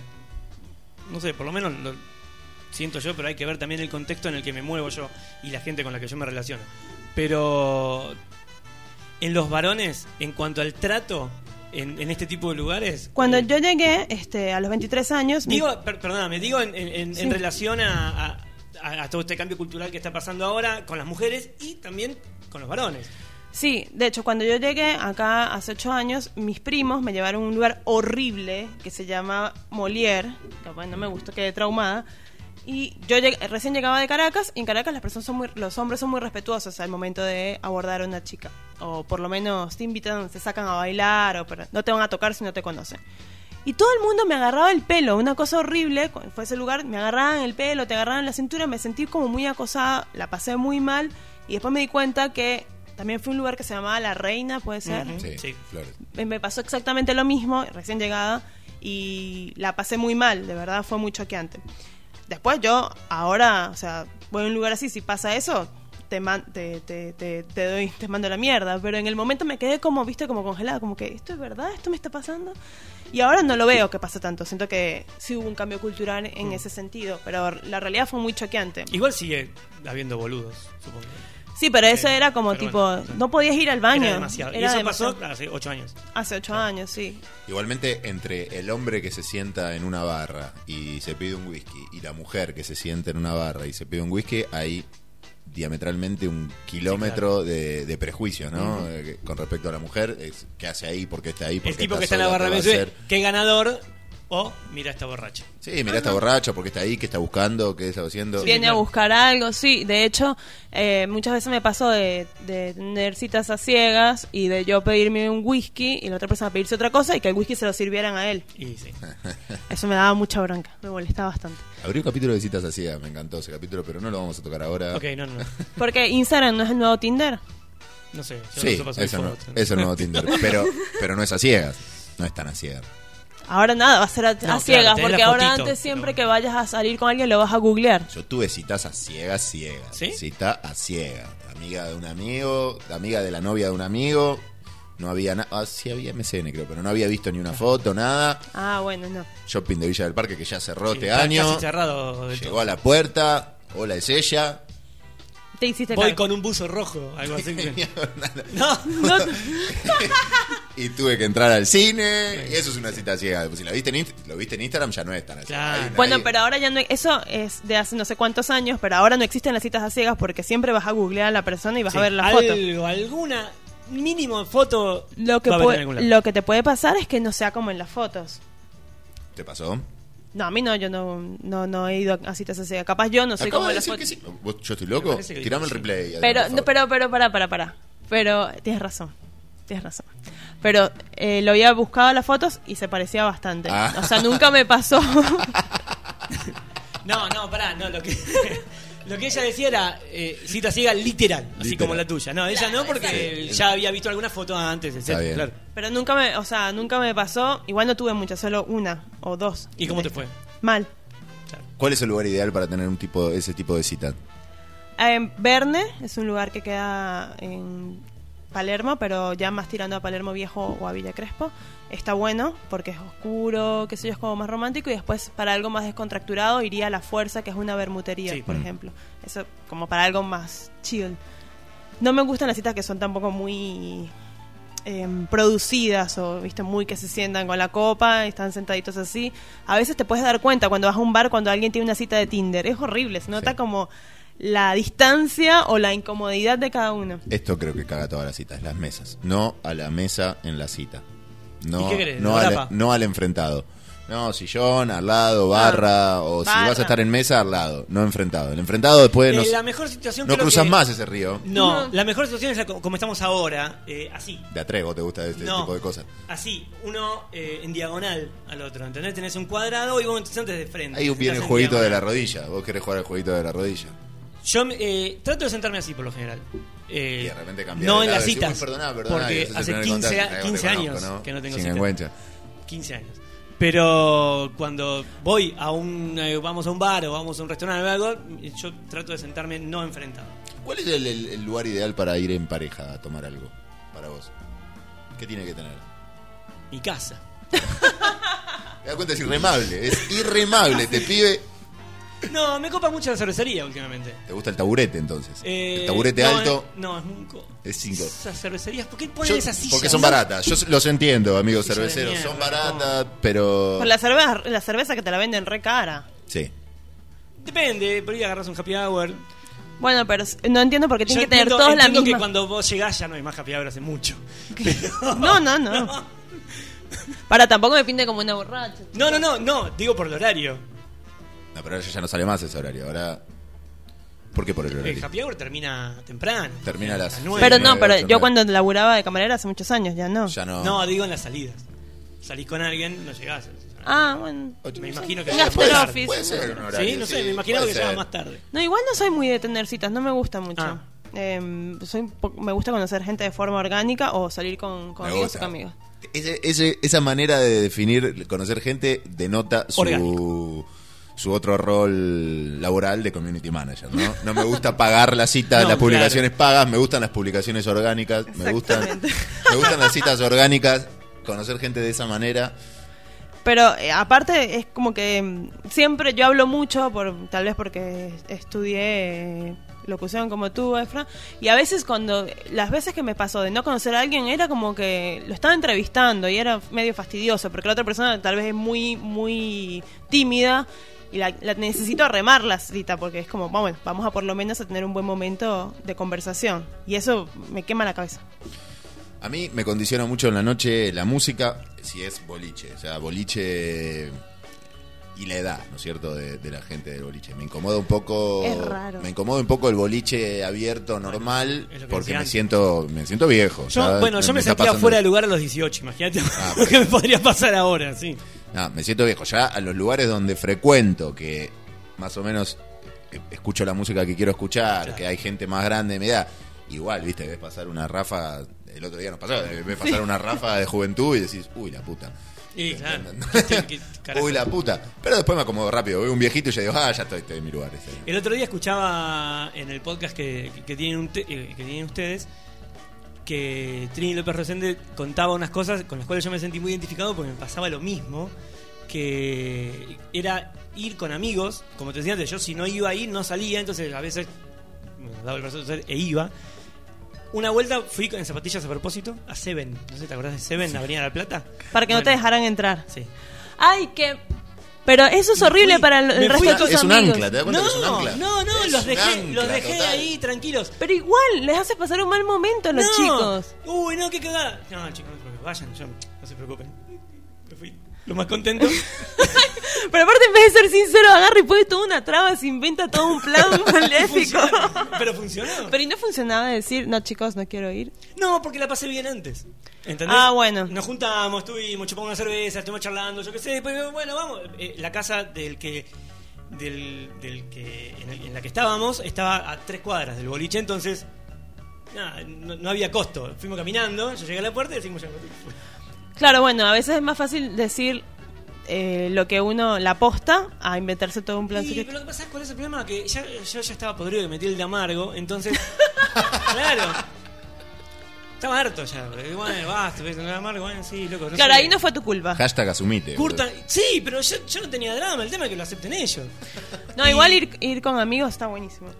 no sé, por lo menos lo siento yo, pero hay que ver también el contexto en el que me muevo yo y la gente con la que yo me relaciono. Pero en los varones, en cuanto al trato en, en este tipo de lugares... cuando eh, yo llegué este a los 23 años mi- Digo, per- perdóname, digo en, en- en- Sí. en relación a, a- a- a todo este cambio cultural que está pasando ahora con las mujeres y también con los varones. Sí, de hecho, cuando yo llegué acá hace ocho años, mis primos me llevaron a un lugar horrible que se llama Molière. que, bueno, no me gustó, quedé traumada. Y yo lleg- recién llegaba de Caracas y en Caracas las personas son muy, los hombres son muy respetuosos al momento de abordar a una chica. O por lo menos te invitan, te sacan a bailar o pero no te van a tocar si no te conocen. Y todo el mundo me agarraba el pelo, una cosa horrible, cu- fue ese lugar, me agarraban el pelo, te agarraban la cintura, me sentí como muy acosada, la pasé muy mal y después me di cuenta que también fue un lugar que se llamaba La Reina, puede ser. Ujú. Sí, Sí. Flores. Me- eh, Me pasó exactamente lo mismo, recién llegada, y la pasé muy mal, de verdad fue muy choqueante. Después yo, ahora, o sea, voy a un lugar así, si pasa eso, te, man- te, te, te, te doy, te mando la mierda. Pero en el momento me quedé como, viste, como congelada, como que, ¿esto es verdad? ¿Esto me está pasando? Y ahora no lo veo que pasa tanto. Siento que sí hubo un cambio cultural en ese sentido, pero la realidad fue muy choqueante. Igual sigue habiendo boludos, supongo. Sí, pero eso Sí, era como pero tipo, bueno, sí. no podías ir al baño. eh, Era demasiado. y Era eso demasiado. pasó Ah. hace ocho años. Hace ocho años, sí. Igualmente, entre el hombre que se sienta en una barra y se pide un whisky y la mujer que se sienta en una barra y se pide un whisky, hay diametralmente un kilómetro de, de prejuicio, ¿no? Eh, que- Con respecto a la mujer, es, ¿qué hace ahí? ¿Por qué está ahí? ¿Por El qué tipo que está en la sola? barra ¿Qué me va a dice, hacer? qué ganador o mira esta borracha. Sí, mirá, "Ah, está borracho, ¿por qué está ahí? ¿Qué está buscando? ¿Qué está haciendo? Viene a buscar algo, sí. De hecho, eh, muchas veces me pasó de, de tener citas a ciegas y de yo pedirme un whisky y la otra persona pedirse otra cosa y que el whisky se lo sirvieran a él. Y sí. Eso me daba mucha bronca, me molestaba bastante. Abrió un capítulo de citas así, me encantó ese capítulo, pero no lo vamos a tocar ahora. Ok, no, no, no. Porque Instagram no es el nuevo Tinder. No sé. yo Sí, no paso eso mi no, foto. eso no Tinder, pero, pero no es a ciegas, no es tan a ciegas. Ahora nada, va a ser a, a claro, ciegas, tenés porque la ahora fotito, antes siempre pero que vayas a salir con alguien lo vas a googlear. Yo tuve citas a ciegas, ciegas. ¿Sí? Cita a ciegas. Amiga de un amigo, amiga de la novia de un amigo. No había nada. Ah, sí había MCN, creo, pero no había visto ni una foto, nada. Ah, bueno, no. Shopping de Villa del Parque que ya cerró Sí, este está año. Casi cerrado. del Llegó todo. a la puerta. Hola, es ella. Te hiciste Voy cargo. con un buzo rojo, algo así. Nada. no. No, no. y tuve que entrar al cine. Y eso es una cita ciega. Pues si la viste en Inst- lo viste en Instagram, ya no es tan así. Claro. Hay una- Bueno, hay- pero ahora ya no. Eso es de hace no sé cuántos años, pero ahora no existen las citas a ciegas porque siempre vas a googlear a la persona y vas Sí, a ver la foto. algo, alguna mínimo foto Lo que, va a haber en puede- algún lado. lo que te puede pasar es que no sea como en las fotos. ¿Te pasó? No, a mí no, yo no, no, no he ido a citas a ciegas. Capaz yo no soy Acabo como de en las decir que fotos. sí. ¿Vos- ¿Yo estoy loco? parece que Tirame el sí. replay. Adrián, Pero, por favor. pero, pero, para, para, para. Pero tienes razón. Tienes razón. Pero eh, lo había buscado las fotos y se parecía bastante. Ah. O sea, nunca me pasó. No, no, pará, no, lo que, lo que ella decía era eh, cita ciega literal, así Literal. como la tuya. No, ella no porque exacto. ya había visto alguna foto antes, Está bien. etc. Claro. pero nunca me, o sea, nunca me pasó. Igual no tuve muchas, solo una o dos. ¿Y cómo te fue? Mal. ¿Cuál es el lugar ideal para tener un tipo ese tipo de cita? En Verne es un lugar que queda en Palermo, pero ya más tirando a Palermo Viejo o a Villa Crespo. Está bueno porque es oscuro, qué sé yo, es como más romántico. Y después, para algo más descontracturado, iría a La Fuerza, que es una bermutería, Sí. por Mm. ejemplo. Eso, como para algo más chill. No me gustan las citas que son tampoco muy em, producidas o viste muy que se sientan con la copa y están sentaditos así. A veces te puedes dar cuenta cuando vas a un bar cuando alguien tiene una cita de Tinder. Es horrible, se nota Sí. como la distancia o la incomodidad de cada uno. Esto creo que caga todas las citas, las mesas. No a la mesa en la cita. No, ¿Y qué querés, no, la al, tapa? no al enfrentado. No, sillón, al lado, barra, Ah, o si barra. vas a estar en mesa, al lado, no enfrentado. El enfrentado después Eh, no, la mejor situación no creo cruzas que- más ese río. No, No. la mejor situación es la co- como estamos ahora, eh, así. De atrevo, te gusta este No, tipo de cosas. así, uno eh, en diagonal al otro, ¿entendés? Tenés un cuadrado y vos entonces antes de frente. Ahí viene sentás el en jueguito de diagonal. la rodilla. Vos querés jugar al jueguito de la rodilla. Yo eh, trato de sentarme así por lo general. Eh, Y de repente cambiar No de en lado las y decir, citas. "Uy, perdoná, perdoná", y porque ese es el hace primer 15, contacto, a- 15 te conozco, años ¿no? que no tengo Sin citas. encuencha. 15 años. Pero cuando voy a un eh, vamos a un bar o vamos a un restaurante o algo, yo trato de sentarme no enfrentado. ¿Cuál es el, el- el lugar ideal para ir en pareja a tomar algo? Para vos. ¿Qué tiene que tener? Mi casa. Te das cuenta, es irremable. Es irremable. Te pibe. No, me copa mucho la cervecería últimamente. ¿Te gusta el taburete entonces? Eh, el taburete no, alto. eh, No, es un co- Es cinco. Esas cervecerías, ¿por qué ponen Yo- esas sillas? porque son baratas. Yo los entiendo, amigos Silla de cerveceros. son mierda, baratas, pero. Oh. Por la cerveza, la cerveza que te la venden re cara. Sí. Depende, por ahí agarras un happy hour. Bueno, pero s- no entiendo por qué Yo tienen que tener entiendo- todos la entiendo misma. que cuando vos llegás ya no hay más happy hour hace mucho. Pero- No, no, no. Para tampoco me pinte como una borracha. No, no, no, no, digo por el horario. No, pero ahora ya no sale más ese horario. Ahora. ¿Por qué por el El horario? happy hour termina temprano. Termina a las nueve. Pero Sí, no, nueve, pero ocho, yo nueve. cuando laburaba de camarera hace muchos años, ya no. Ya no. No. digo en las salidas. Salís con alguien, no llegás. Ah, bueno. Me imagino que Un llegás más after tarde. office. Puede ser un horario. Sí, no sé, me imaginaba que llegabas más tarde. No, igual no soy muy de tener citas, no me gusta mucho. Ah. Em, soy un po- me gusta conocer gente de forma orgánica o salir con, con Me amigos gusta. o con amigos. Ese- ese- esa manera de definir, conocer gente, denota su, Orgánico. su otro rol laboral de community manager. No, no me gusta pagar las citas, No, las publicaciones pagas, me gustan las publicaciones orgánicas, me gustan, Exactamente. me gustan las citas orgánicas, conocer gente de esa manera. Pero eh, aparte es mm, como que em, siempre yo hablo mucho, por, tal vez porque estudié eh, locución como tú, Efra. Y a veces cuando, las veces que me pasó de no conocer a alguien, era como que lo estaba entrevistando y era medio fastidioso, porque la otra persona tal vez es muy, muy tímida y la, la necesito remar la cita, porque es como, vamos, vamos a por lo menos a tener un buen momento de conversación. Y eso me quema la cabeza. A mí me condiciona mucho en la noche la música, si es boliche, o sea, boliche y la edad, ¿no es cierto?, de, de la gente del boliche. Me incomoda un poco Es raro. me incomoda un poco el boliche abierto normal es lo que porque decía me antes. siento me siento viejo, Yo, ya bueno, yo me, está sentía pasando- fuera de lugar a los 18, imagínate Ah, lo que me podría pasar ahora, sí. Ah, me siento viejo. Ya a los lugares donde frecuento, que más o menos eh, escucho la música que quiero escuchar, que hay gente más grande de mi edad, igual, viste, ves pasar una rafa, el otro día nos pasó, eh, ves pasar una rafa de juventud y decís, uy, la puta. Y claro, ¿qué- qué carajo? uy, la puta. Pero después me acomodo rápido, veo un viejito y ya digo, ah, ya estoy, estoy en mi lugar. este". El otro día escuchaba en el podcast que, que tienen, un- eh, que tienen ustedes que Trini López Rosende contaba unas cosas con las cuales yo me sentí muy identificado porque me pasaba lo mismo, que era ir con amigos, como te decía antes, yo si no iba a ir no salía, entonces a veces me daba el brazo de torcer e iba. Una vuelta fui con zapatillas a propósito a Seven, no sé, ¿te acordás de Seven, la Avenida de la Plata? Para que no te Bueno, dejaran entrar. Sí. Ay, que... Pero eso es Me horrible fui- para el, el me resto fui de a- tus es un amigos. ancla, ¿te das cuenta que es un No, ancla? no, no, Es los un dejé, ancla, los dejé total. ahí tranquilos. Pero igual, les hace pasar un mal momento a los chicos. Uy, no, qué cagada. No, chicos, no se preocupen, vayan, yo- no se preocupen. Me fui lo más contento. Pero aparte, en vez de ser sincero, agarra y puede toda una traba, se inventa todo un plan maléfico. Funcionó, pero funcionó. Pero y no funcionaba decir, no chicos, no quiero ir. No, porque la pasé bien antes. ¿Entendés? Ah, bueno. Nos juntamos, estuvimos, chupamos una cerveza, estuvimos charlando, yo qué sé. Después, bueno, vamos. Eh, la casa del que. Del, del que en, el- en la que estábamos estaba a tres cuadras del boliche, entonces. nada, no, no había costo. Fuimos caminando, yo llegué a la puerta y decimos ya. Claro, bueno, a veces es más fácil decir eh, lo que uno la aposta a inventarse todo un plan Sí, secreto. pero lo que pasa es cuál es el problema que ya- yo ya estaba podrido que metí el de amargo, entonces claro. Estaba harto ya, porque, bueno, basta, el de amargo, bueno, sí, loco. Claro, sé. ahí no fue tu culpa. Hashtag asumite. Curta, boludo. sí, pero yo, yo no tenía drama, el tema es que lo acepten ellos. No, Y- igual ir, ir con amigos está buenísimo.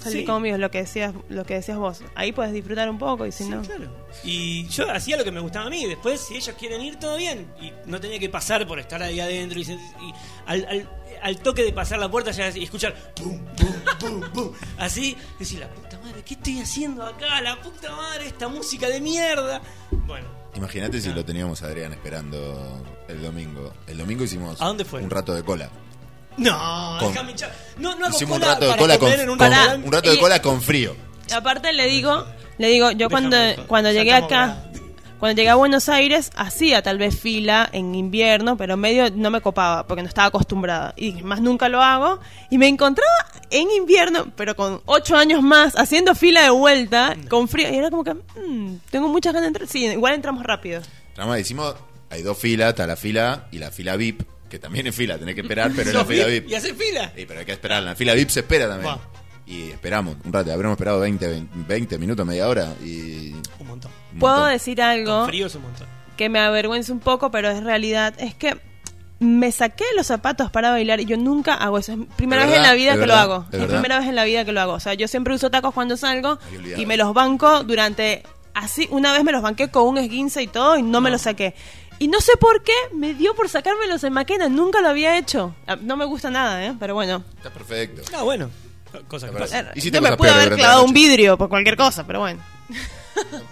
Salir Sí. con amigos, lo que decías, lo que decías vos. Ahí puedes disfrutar un poco y si Sí, no. claro. Y yo hacía lo que me gustaba a mí. Después, si ellos quieren ir, todo bien. Y no tenía que pasar por estar ahí adentro. Y, se- y al, al- al toque de pasar la puerta, ya es- y escuchar pum, pum, pum, pum. Así, decir, la puta madre, ¿qué estoy haciendo acá? La puta madre, esta música de mierda. Bueno, Imagínate Ah. si lo teníamos a Adrián esperando el domingo. El domingo hicimos ¿A dónde fue? un rato de cola. no, Con- déjame hinchar. No, no hago Hicimos un cola rato de para cola con, comer en un con- restaurante. un rato de Y- cola con frío. Y aparte le digo, le digo, yo cuando, Déjame, cuando ya llegué estamos acá, cuando llegué a Buenos Aires, hacía tal vez fila en invierno, pero medio no me copaba, porque no estaba acostumbrada. Y dije, más nunca lo hago. Y me encontraba en invierno, pero con ocho años más, haciendo fila de vuelta, con frío. Y era como que, mm, tengo muchas ganas de entrar. Sí, igual entramos rápido. Trama, decimos, hay dos filas, está la fila y la fila VIP, que también es fila, tenés que esperar, pero es la Sos fila VIP VIP. Y hacer fila. Sí, pero hay que esperar, en la fila VIP se espera también. Va. Y esperamos, un rato, habremos esperado 20, 20, 20 minutos, media hora y... un Un montón. Puedo montón. decir algo. Frío es un montón. que me avergüenza un poco, pero es realidad, es que me saqué los zapatos para bailar y yo nunca hago eso. Es primera Es vez en la verdad, vida es que verdad, lo hago. es Es, verdad. primera vez en la vida que lo hago. O sea, yo siempre uso tacos cuando salgo Ay, olvidado. y me los banco durante así una vez me los banqué con un esguince y todo y no, me los saqué. Y no sé por qué me dio por sacármelos en maquena, nunca lo había hecho. Ah, No me gusta nada, ¿eh? pero bueno. eh, Está perfecto. No, bueno. Cosa que Pero- pasa. Hiciste Yo me cosas pude peores haber durante clavado la un noche. vidrio por cualquier cosa, pero bueno.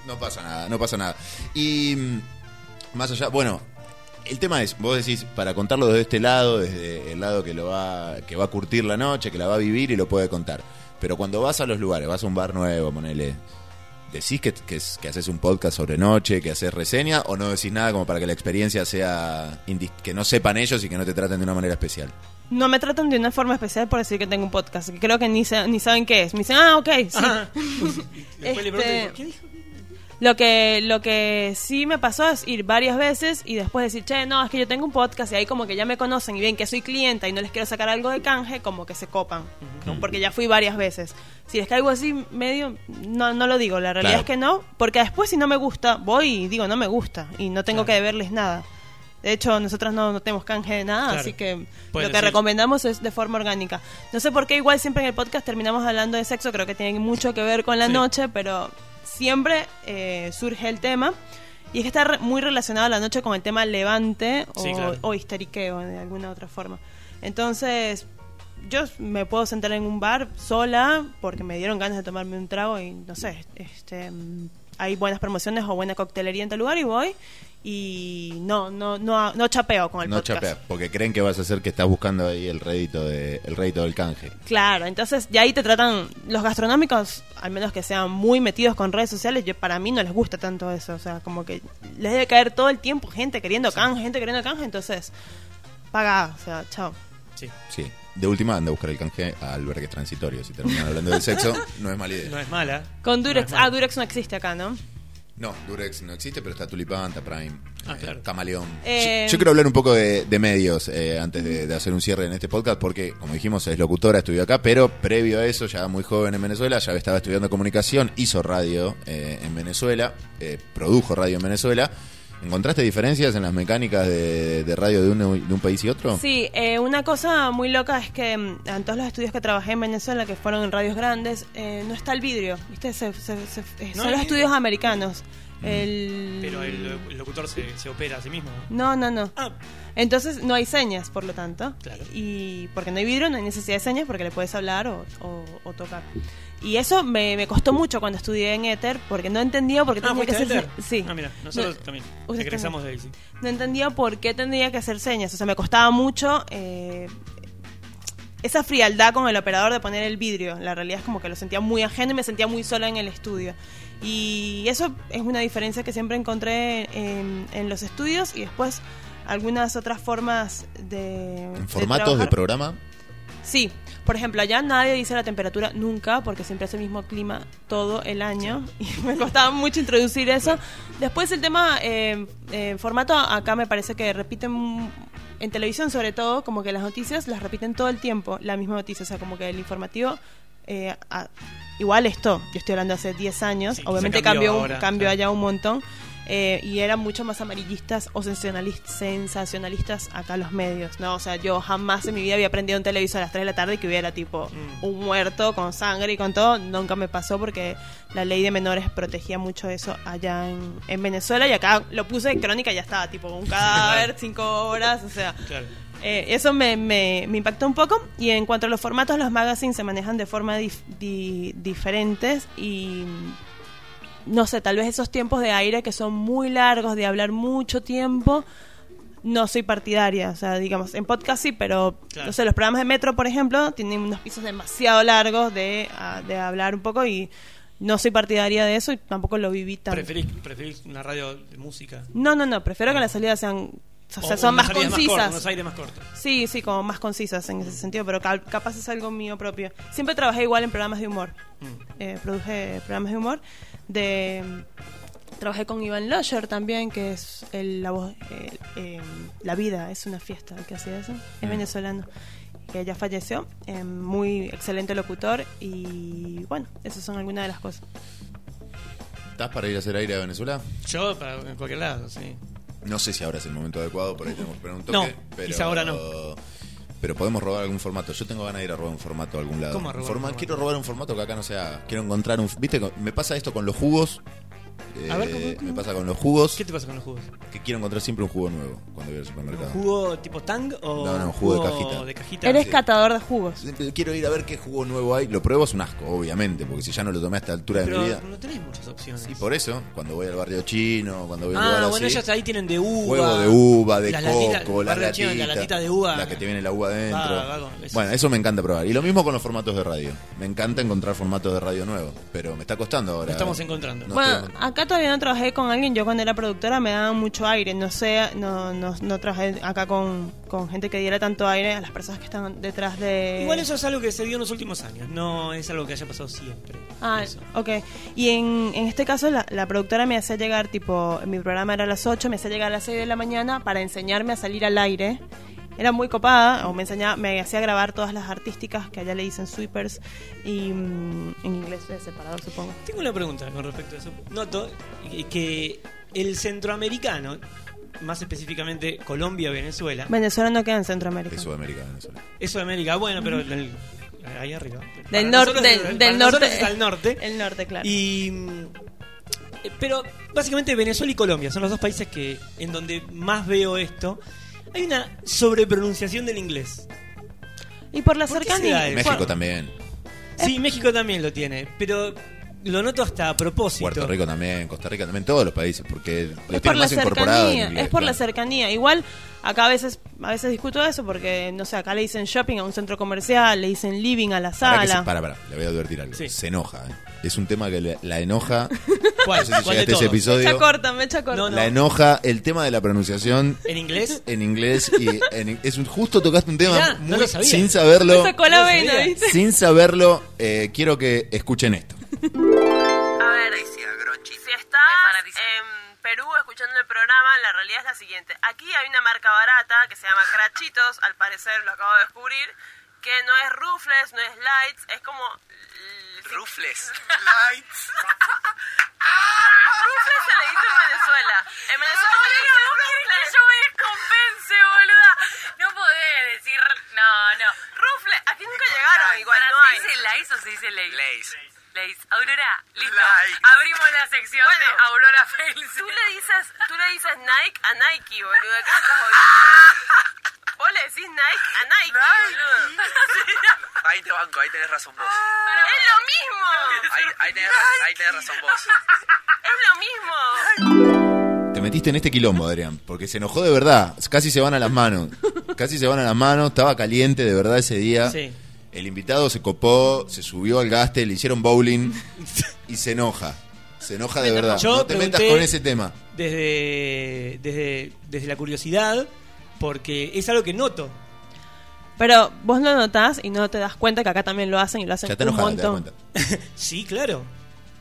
No pasa nada, no pasa nada. Y mm, más allá, bueno, el tema es, vos decís, para contarlo desde este lado, desde el lado que lo va, que va a curtir la noche, que la va a vivir y lo puede contar. Pero cuando vas a los lugares, vas a un bar nuevo, ponele, ¿decís que, que, que haces un podcast sobre noche, que haces reseña, o no decís nada como para que la experiencia sea indis- que no sepan ellos y que no te traten de una manera especial? No me tratan de una forma especial por decir que tengo un podcast, que creo que ni, sa- ni saben qué es. Me dicen, ah, ok, sí. Ajá. Después le pregunto, Este- ¿qué dijo? Lo que, lo que sí me pasó es ir varias veces y después decir, che, no, es que yo tengo un podcast y ahí como que ya me conocen y ven que soy clienta y no les quiero sacar algo de canje, como que se copan. ¿no? Porque ya fui varias veces. Si les caigo así medio, no, no lo digo. La realidad Claro. es que no, porque después si no me gusta, voy y digo, no me gusta y no tengo que deberles nada. De hecho, nosotras no, no tenemos canje de nada, Claro. así que Pueden lo que decir. recomendamos es de forma orgánica. No sé por qué igual siempre en el podcast terminamos hablando de sexo, creo que tiene mucho que ver con la Sí. noche, pero siempre eh, surge el tema. Y es que está re- muy relacionado la noche con el tema levante o, Sí, claro. o histeriqueo de alguna otra forma. Entonces, yo me puedo sentar en un bar sola porque me dieron ganas de tomarme un trago y no sé, este, mm, hay buenas promociones o buena coctelería en tal lugar y voy y no no no no chapeo con el No podcast. chapear, porque creen que vas a hacer que estás buscando ahí el rédito, de, el rédito del canje. Claro, entonces ya ahí te tratan los gastronómicos, al menos que sean muy metidos con redes sociales, yo, para mí no les gusta tanto eso, o sea, como que les debe caer todo el tiempo gente queriendo canje, gente queriendo canje, entonces paga, o sea, chao. Sí, Sí. De última, anda a buscar el canje a albergues transitorios. Si terminan hablando de sexo, no es mala idea. no es mala. Con No es Durex, mala. ah, Durex no existe acá, ¿no? No, Durex no existe, pero está Tulipán, está Prime, Ah, eh, claro. Camaleón. Eh, yo, yo quiero hablar un poco de, de medios eh, antes de, de hacer un cierre en este podcast, porque, como dijimos, es locutora, estudió acá, pero previo a eso, ya muy joven en Venezuela, ya estaba estudiando comunicación, hizo radio eh, en Venezuela, eh, produjo radio en Venezuela. ¿Encontraste diferencias en las mecánicas de, de radio de un, de un país y otro? Sí, eh, una cosa muy loca es que mm, en todos los estudios que trabajé en Venezuela, que fueron en radios grandes, eh, no está el vidrio, ¿viste? Se- se- se- eh, No, son los eh. estudios americanos. El... Pero el, el locutor se, se opera a sí mismo. ¿no? No, no, no. Ah, Entonces no hay señas, por lo tanto. Claro. Y porque no hay vidrio, no hay necesidad de señas porque le puedes hablar o, o- o tocar. Y eso me, me costó mucho cuando estudié en Ether porque no entendía por qué ah tenía que fuiste a ser. Alter. Sí. Ah, mira, nosotros No- también. Ustedes Regresamos de ahí, sí. no entendía por qué tendría que hacer señas. O sea, me costaba mucho eh, esa frialdad con el operador de poner el vidrio. La realidad es como que lo sentía muy ajeno y me sentía muy sola en el estudio. Y eso es una diferencia que siempre encontré en, en los estudios y después algunas otras formas de. ¿En formatos de, trabajar. programa? Sí, por ejemplo, allá nadie dice la temperatura nunca porque siempre hace el mismo clima todo el año y me costaba mucho introducir eso. Después el tema eh, eh, formato, acá me parece que repiten en televisión sobre todo, como que las noticias las repiten todo el tiempo, la misma noticia, o sea, como que el informativo... eh, a- igual esto, yo estoy hablando hace 10 años, Sí, quizá obviamente cambió cambió, un- ahora, cambió claro. allá un montón. eh, y eran mucho más amarillistas o sensacionalis- sensacionalistas acá los medios, ¿no? O sea, yo jamás en mi vida había prendido un televisor a las 3 de la tarde y que hubiera tipo Mm. un muerto con sangre y con todo. Nunca me pasó porque la ley de menores protegía mucho eso allá en, en Venezuela y acá lo puse en crónica y ya estaba, tipo un cadáver, 5 horas, o sea. Claro. Eh, eso me, me- me impactó un poco. Y en cuanto a los formatos, los magazines se manejan de forma dif- di- diferentes y no sé, tal vez esos tiempos de aire que son muy largos, de hablar mucho tiempo, no soy partidaria. O sea, digamos, en podcast sí, pero Claro. no sé, los programas de Metro, por ejemplo, tienen unos pisos demasiado largos de, ah, de hablar un poco y no soy partidaria de eso y tampoco lo viví tan... ¿Preferís, preferís una radio de música. No, no, no, prefiero que las salidas sean... O sea, O son unas más salidas cortas, concisas. unos aires más cortos. Sí, sí, como más concisas en ese sentido, pero cal- capaz es algo mío propio. Siempre trabajé igual en programas de humor. Mm. Eh, produje programas de humor. De, trabajé con Iván Losher también, que es el- la voz. eh, eh, la vida es una fiesta, el que hacía eso. Es venezolano. Que ya falleció. eh, muy excelente locutor. Y bueno, esas son algunas de las cosas. ¿Estás para ir a hacer aire a Venezuela? Yo, para en cualquier lado, sí. No sé si ahora es el momento adecuado, por ahí tenemos que preguntar No, un toque. pero, quizá ahora no. Pero podemos robar algún formato. Yo tengo ganas de ir a robar un formato a algún lado. ¿Cómo robar un Forma- formato? Quiero robar un formato que acá no sea. Quiero encontrar un. ¿Viste? Me pasa esto con los jugos. A ver, ¿cómo- Eh, cómo? Me pasa con los jugos. ¿Qué te pasa con los jugos? Que quiero encontrar siempre un jugo nuevo cuando voy al ¿Un supermercado. jugo tipo tang o No, no, jugo de cajita. de cajita? Eres catador de jugos. Siempre Quiero ir a ver qué jugo nuevo hay. Lo pruebo es un asco, obviamente, porque si ya no lo tomé a esta altura de mi Pero vida. no tenés muchas opciones. Y por eso, cuando voy al barrio chino, cuando voy al ah, lugar bueno, así, ellos ahí tienen de uva. Huevo de uva, de las latitas- coco, la barrio chino, latita, la latita de uva. Ah, La que te viene la uva adentro. Va, va con eso. Bueno, eso me encanta probar. Y lo mismo con los formatos de radio. Me encanta encontrar formatos de radio nuevos, pero me está costando ahora. Lo estamos encontrando. No bueno, estoy- acá todavía no trabajé con alguien. Yo cuando era productora me daban mucho aire. No sé, no, no, no trabajé acá con, con gente que diera tanto aire a las personas que están detrás de... Igual eso es algo que se dio en los últimos años, no es algo que haya pasado siempre. Ah, Eso. ok. Y en, en este caso la, la productora me hacía llegar, tipo, mi programa era a las 8, me hacía llegar a las 6 de la mañana para enseñarme a salir al aire. Era muy copada, o me enseñaba, me hacía grabar todas las artísticas que allá le dicen sweepers y mm, en inglés de separador, supongo. Tengo una pregunta con respecto a eso. Noto que el centroamericano más específicamente Colombia, Venezuela. Venezuela no queda en Centroamérica. de Sudamérica, Venezuela. Eso de América, bueno, pero del- ahí arriba. Para Del, norte nosotros es- del, para del nosotros norte. es al norte. El norte, claro. Y, mm, eh, pero básicamente Venezuela y Colombia son los dos países que en donde más veo esto. Hay una sobrepronunciación del inglés. Y por la ¿Por qué cercanía. será eso? México Juan- también. Sí, México también lo tiene, pero lo noto hasta a propósito. Puerto Rico también, Costa Rica también, todos los países, porque lo es por tienen la más incorporado. en cercanía, inglés, es por la claro. cercanía. Igual acá a veces a veces discuto eso porque no sé, acá le dicen shopping a un centro comercial, le dicen living a la Pará que sala. se- Pará, pará, le voy a advertir algo. Sí. Se enoja. ¿eh? Es un tema que le- la enoja. ¿Cuál? No sé si ¿Cuál de llegaste a ese todos? Mecha episodio. corta, mecha corta. No, no. La enoja el tema de la pronunciación ¿En inglés? en inglés y en- es un, justo tocaste un tema Mirá, no muy, lo sabía. sin saberlo. Me sacó la No vena, sabía. ¿viste? Sin saberlo, eh, quiero que escuchen esto. A ver, si estás en Em, Perú escuchando el programa, la realidad es la siguiente. Aquí hay una marca barata que se llama Crachitos, al parecer lo acabo de descubrir, que no es rufles, no es lights, es como... Rufles. Lights. rufles se le dice en Venezuela. En Venezuela se le dice rufles. yo me descompense, boluda. No podés decir... No, no. Rufles. Aquí nunca llegaron, igual no hay. ¿Se dice Lays o se dice Lays? Lays. Aurora, listo. Abrimos la sección de Aurora Fails. Tú le dices, tú le dices Nike a Nike, boludo. ¿Qué me estás jodiendo? Vos le decís Nike a Nike, boludo. Ahí te banco, ahí tenés razón vos. Es lo mismo. Ahí, ahí, tenés, ahí tenés razón vos. Es lo mismo. Te metiste en este quilombo, Adrián, porque se enojó de verdad. Casi se van a las manos. Casi se van a las manos. Estaba caliente de verdad ese día. Sí. El invitado se copó, se subió al gaste, le hicieron bowling y se enoja. Se enoja de verdad. Yo no te metas pregunté- con ese tema. Desde, desde, desde la curiosidad, porque es algo que noto. Pero vos lo notás y no te das cuenta que acá también lo hacen y lo hacen Ya te un enojas, te das montón. cuenta. Sí, claro.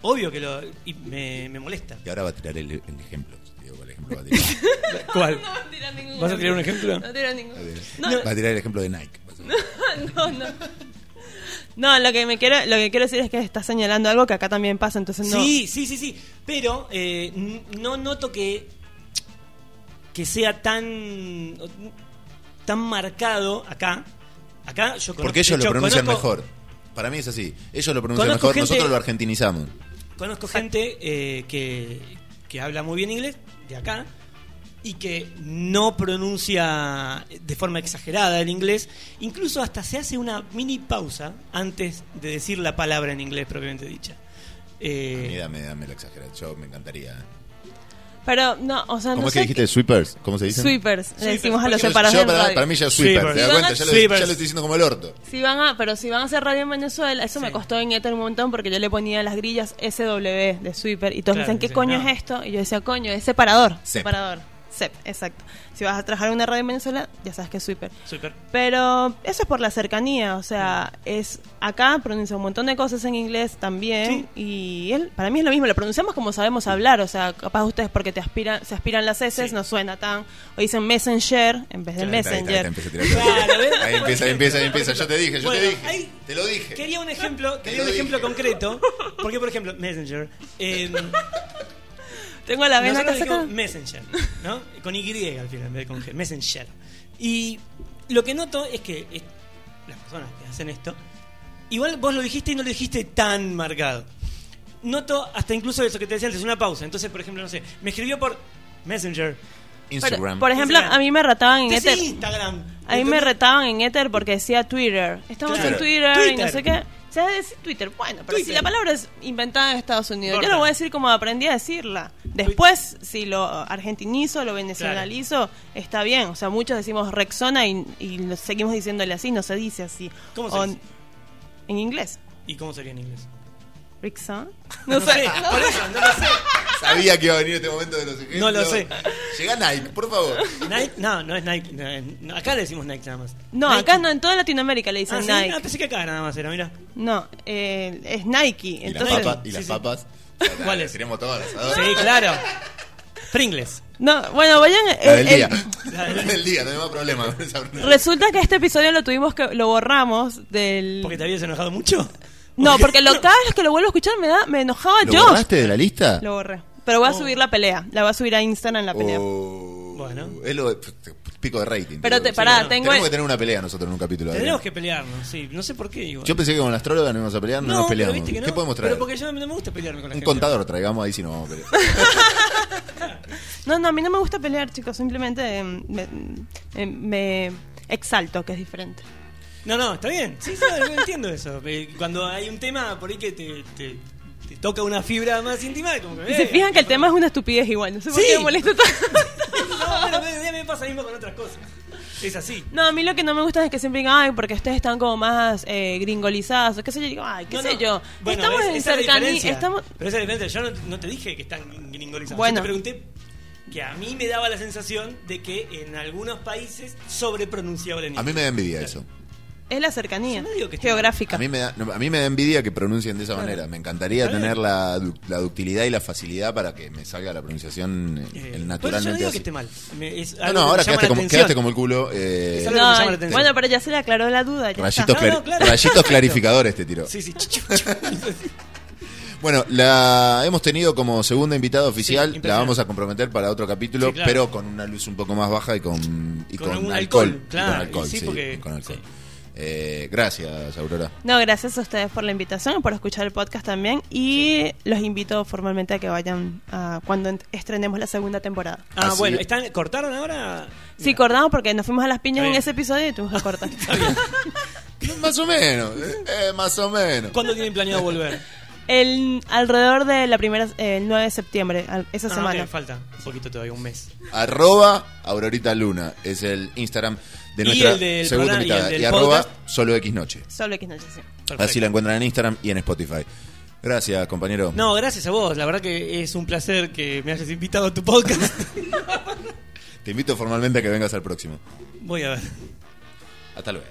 Obvio que lo. Y me, me molesta. Y ahora va a tirar el, el ejemplo. Diego, el ejemplo va a tirar. ¿Cuál? No, tira ninguno. ¿Vas a tirar un ejemplo? No tira ninguno. No, Va a tirar el ejemplo de Nike. no, no. No, lo que me quiero, lo que quiero decir es que estás señalando algo que acá también pasa, entonces no. Sí, sí, sí, sí. Pero eh, n- no noto que. que sea tan. tan marcado acá. Acá yo conozco. Porque ellos de hecho, lo pronuncian conozco- mejor. Para mí es así. Ellos lo pronuncian Conozco mejor, gente- nosotros lo argentinizamos. Conozco gente eh, que, que habla muy bien inglés, de acá, y que no pronuncia de forma exagerada el inglés. Incluso hasta se hace una mini pausa antes de decir la palabra en inglés propiamente dicha. Eh, Ah, Mira, me, dame la exageración. Yo me encantaría. Pero no, o sea, ¿Cómo Ah, no es que sé dijiste? ¿Sweepers? ¿Cómo se qué- dice? Sweepers, le decimos a los Yo- separados yo Ah, del para, radio. para mí ya es sweeper, Sweepers. ¿te das Si van a- cuenta? Ya lo, Sweepers. ya lo estoy diciendo como el orto. Si van a, pero si van a hacer radio en Venezuela, eso me costó en Ether un montón porque yo le ponía las grillas SW de Sweeper y Claro, todos me decían, ¿qué sí, coño no. es esto? Y yo decía, coño, es separador. Cep. Separador. CEP, exacto. Si vas a trabajar en una radio en Venezuela, ya sabes que es Sweeper. super. Pero eso es por la cercanía, o sea, es acá pronuncia un montón de cosas en inglés también y él, para mí es lo mismo, lo pronunciamos como sabemos hablar, o sea, capaz ustedes porque te aspiran, se aspiran las heces, Sí. no suena tan, o dicen messenger en vez de Ahí está, ahí está, ahí messenger. está, empieza a tirar todo. Claro, ¿ves? Ahí empieza, ahí empieza, ahí empieza. Yo te dije, yo Bueno, te dije. ahí- Te lo dije. Quería un ejemplo, quería lo un ejemplo dije. concreto, porque por ejemplo, Messenger. eh, Tengo la vena acá Nosotros sacada. decimos Messenger, ¿no? Con Y al final, en vez de con G. Messenger. Y lo que noto es que eh, las personas que hacen esto, igual vos lo dijiste y no lo dijiste tan marcado. Noto hasta incluso eso que te decía antes, una pausa. Entonces, por ejemplo, no sé, me escribió por Messenger. Pero, Instagram. por ejemplo, Instagram. a mí me retaban en Te Ether. decía Instagram. A mí me ¿Entendés? retaban en Ether porque decía Twitter. Este Estamos Claro. en Twitter, y no Twitter. sé qué. O sea, decir Twitter. Bueno, pero Twitter. si la palabra es inventada en Estados Unidos, Corta. yo lo voy a decir como aprendí a decirla. Después, si lo argentinizo, lo venezolanizo, está bien. O sea, muchos decimos Rexona y, y lo seguimos diciéndole así, no se dice así. ¿Cómo se O dice? En inglés. ¿Y cómo sería en inglés? Rexona. No, sé. por eso, no lo sé. Sabía que iba a venir este momento de los ejemplos. No lo sé. Llega Nike, por favor. Nike, no, no es Nike. no, no, acá le decimos Nike nada más. No, Nike. acá no, en toda Latinoamérica le dicen Ah, ¿sí? Nike. Ah, pensé que acá nada más era, mira. No, eh, es Nike. Y las Entonces, papas. Y Sí, las sí. papas. ¿Cuáles? Tenemos todas las Sí, claro. Pringles. no, bueno, vayan. eh, La el- del día. el- La del día, no hay más problema con esa pronunciación. Resulta que este episodio lo tuvimos que lo borramos del ¿Porque te habías enojado mucho? No, porque lo cada vez que lo vuelvo a escuchar me da me enojaba ¿Lo yo. borraste de la lista? Oh. Lo borré. Pero voy a subir la pelea, la voy a subir a Instagram la pelea. Oh. Bueno. Es lo de- pico de rating. Pero creo te- que pará, sí. tengo Tenemos el- que tener una pelea nosotros en un capítulo. Adrián. Tendremos que pelearnos, sí. No sé por qué igual. Yo pensé que con la astróloga no íbamos a pelear, no, nos pero peleamos. viste que no. ¿Qué podemos traer? Pero porque yo no me gusta pelearme con la Un gente. contador traigamos ahí si nos vamos a pelear. No, no, a mí no me gusta pelear, chicos. Simplemente mm, me, me- me exalto, que es diferente. No, no, está bien. Sí, sí, no, no entiendo eso. Eh, Cuando hay un tema por ahí que te, te- te toca una fibra más íntima, como que. Y se eh, fijan que el tema es una estupidez igual. No sé por Sí. qué me molesta tanto. No, pero me- a mí me pasa lo mismo con otras cosas. Es así. No, a mí lo que no me gusta es que siempre digan, ay, porque ustedes están como más eh, gringolizadas, o qué sé yo, digo, ay, qué No, sé no. yo. Bueno, estamos es- en esa es la cercanía, diferencia. estamos... Pero esa es la diferencia. Yo no, no te dije que están gringolizados. Bueno. Yo te pregunté que a mí me daba la sensación de que en algunos países sobrepronunciaba el A mí me da envidia eso. Es la cercanía Yo no digo que esté geográfica. A mí me da, no, a mí me da envidia que pronuncien de esa manera. Me encantaría Está bien. tener la, du- la ductilidad y la facilidad para que me salga la pronunciación eh, el Eh, por eso yo no naturalmente digo así. que esté mal. Me- es No, algo no, que me ahora llama quedaste la como, atención. quedaste como el culo. eh, Es algo que No, me llama la atención. bueno, pero ya se le aclaró la duda, ya rayitos, está. No, clar- no, claro. rayitos clarificadores te tiró. Sí, sí. Bueno, la hemos tenido como segunda invitada oficial. la impresionante. vamos a comprometer para otro capítulo, Sí, claro. pero con una luz un poco más baja y con, y Con con algún alcohol. alcohol, Y claro, Con alcohol, sí, sí, porque- y con alcohol. sí. Eh, gracias, Aurora. No, gracias a ustedes por la invitación, por escuchar el podcast también y los invito formalmente a que vayan a cuando ent- estrenemos la segunda temporada. Ah, Así- bueno, ¿están, ¿cortaron ahora? Sí, acordamos porque nos fuimos a las piñas Está en bien. ese episodio y tuvimos que cortar. Más o menos, eh, más o menos. ¿Cuándo tienen planeado volver? Ah, el, alrededor de la primera, eh, el 9 de septiembre, al- esa Ah, semana. ok, falta un poquito todavía, un mes. Arroba Aurorita Luna es el Instagram de Y nuestra el del segunda programa- y invitada. el del Y arroba podcast. solo X Noche. Solo X Noche, sí. Perfecto. Así la encuentran en Instagram y en Spotify. Gracias, compañero. No, gracias a vos. La verdad que es un placer que me hayas invitado a tu podcast. Te invito formalmente a que vengas al próximo. Voy a ver. Hasta luego.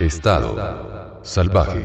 Estado salvaje.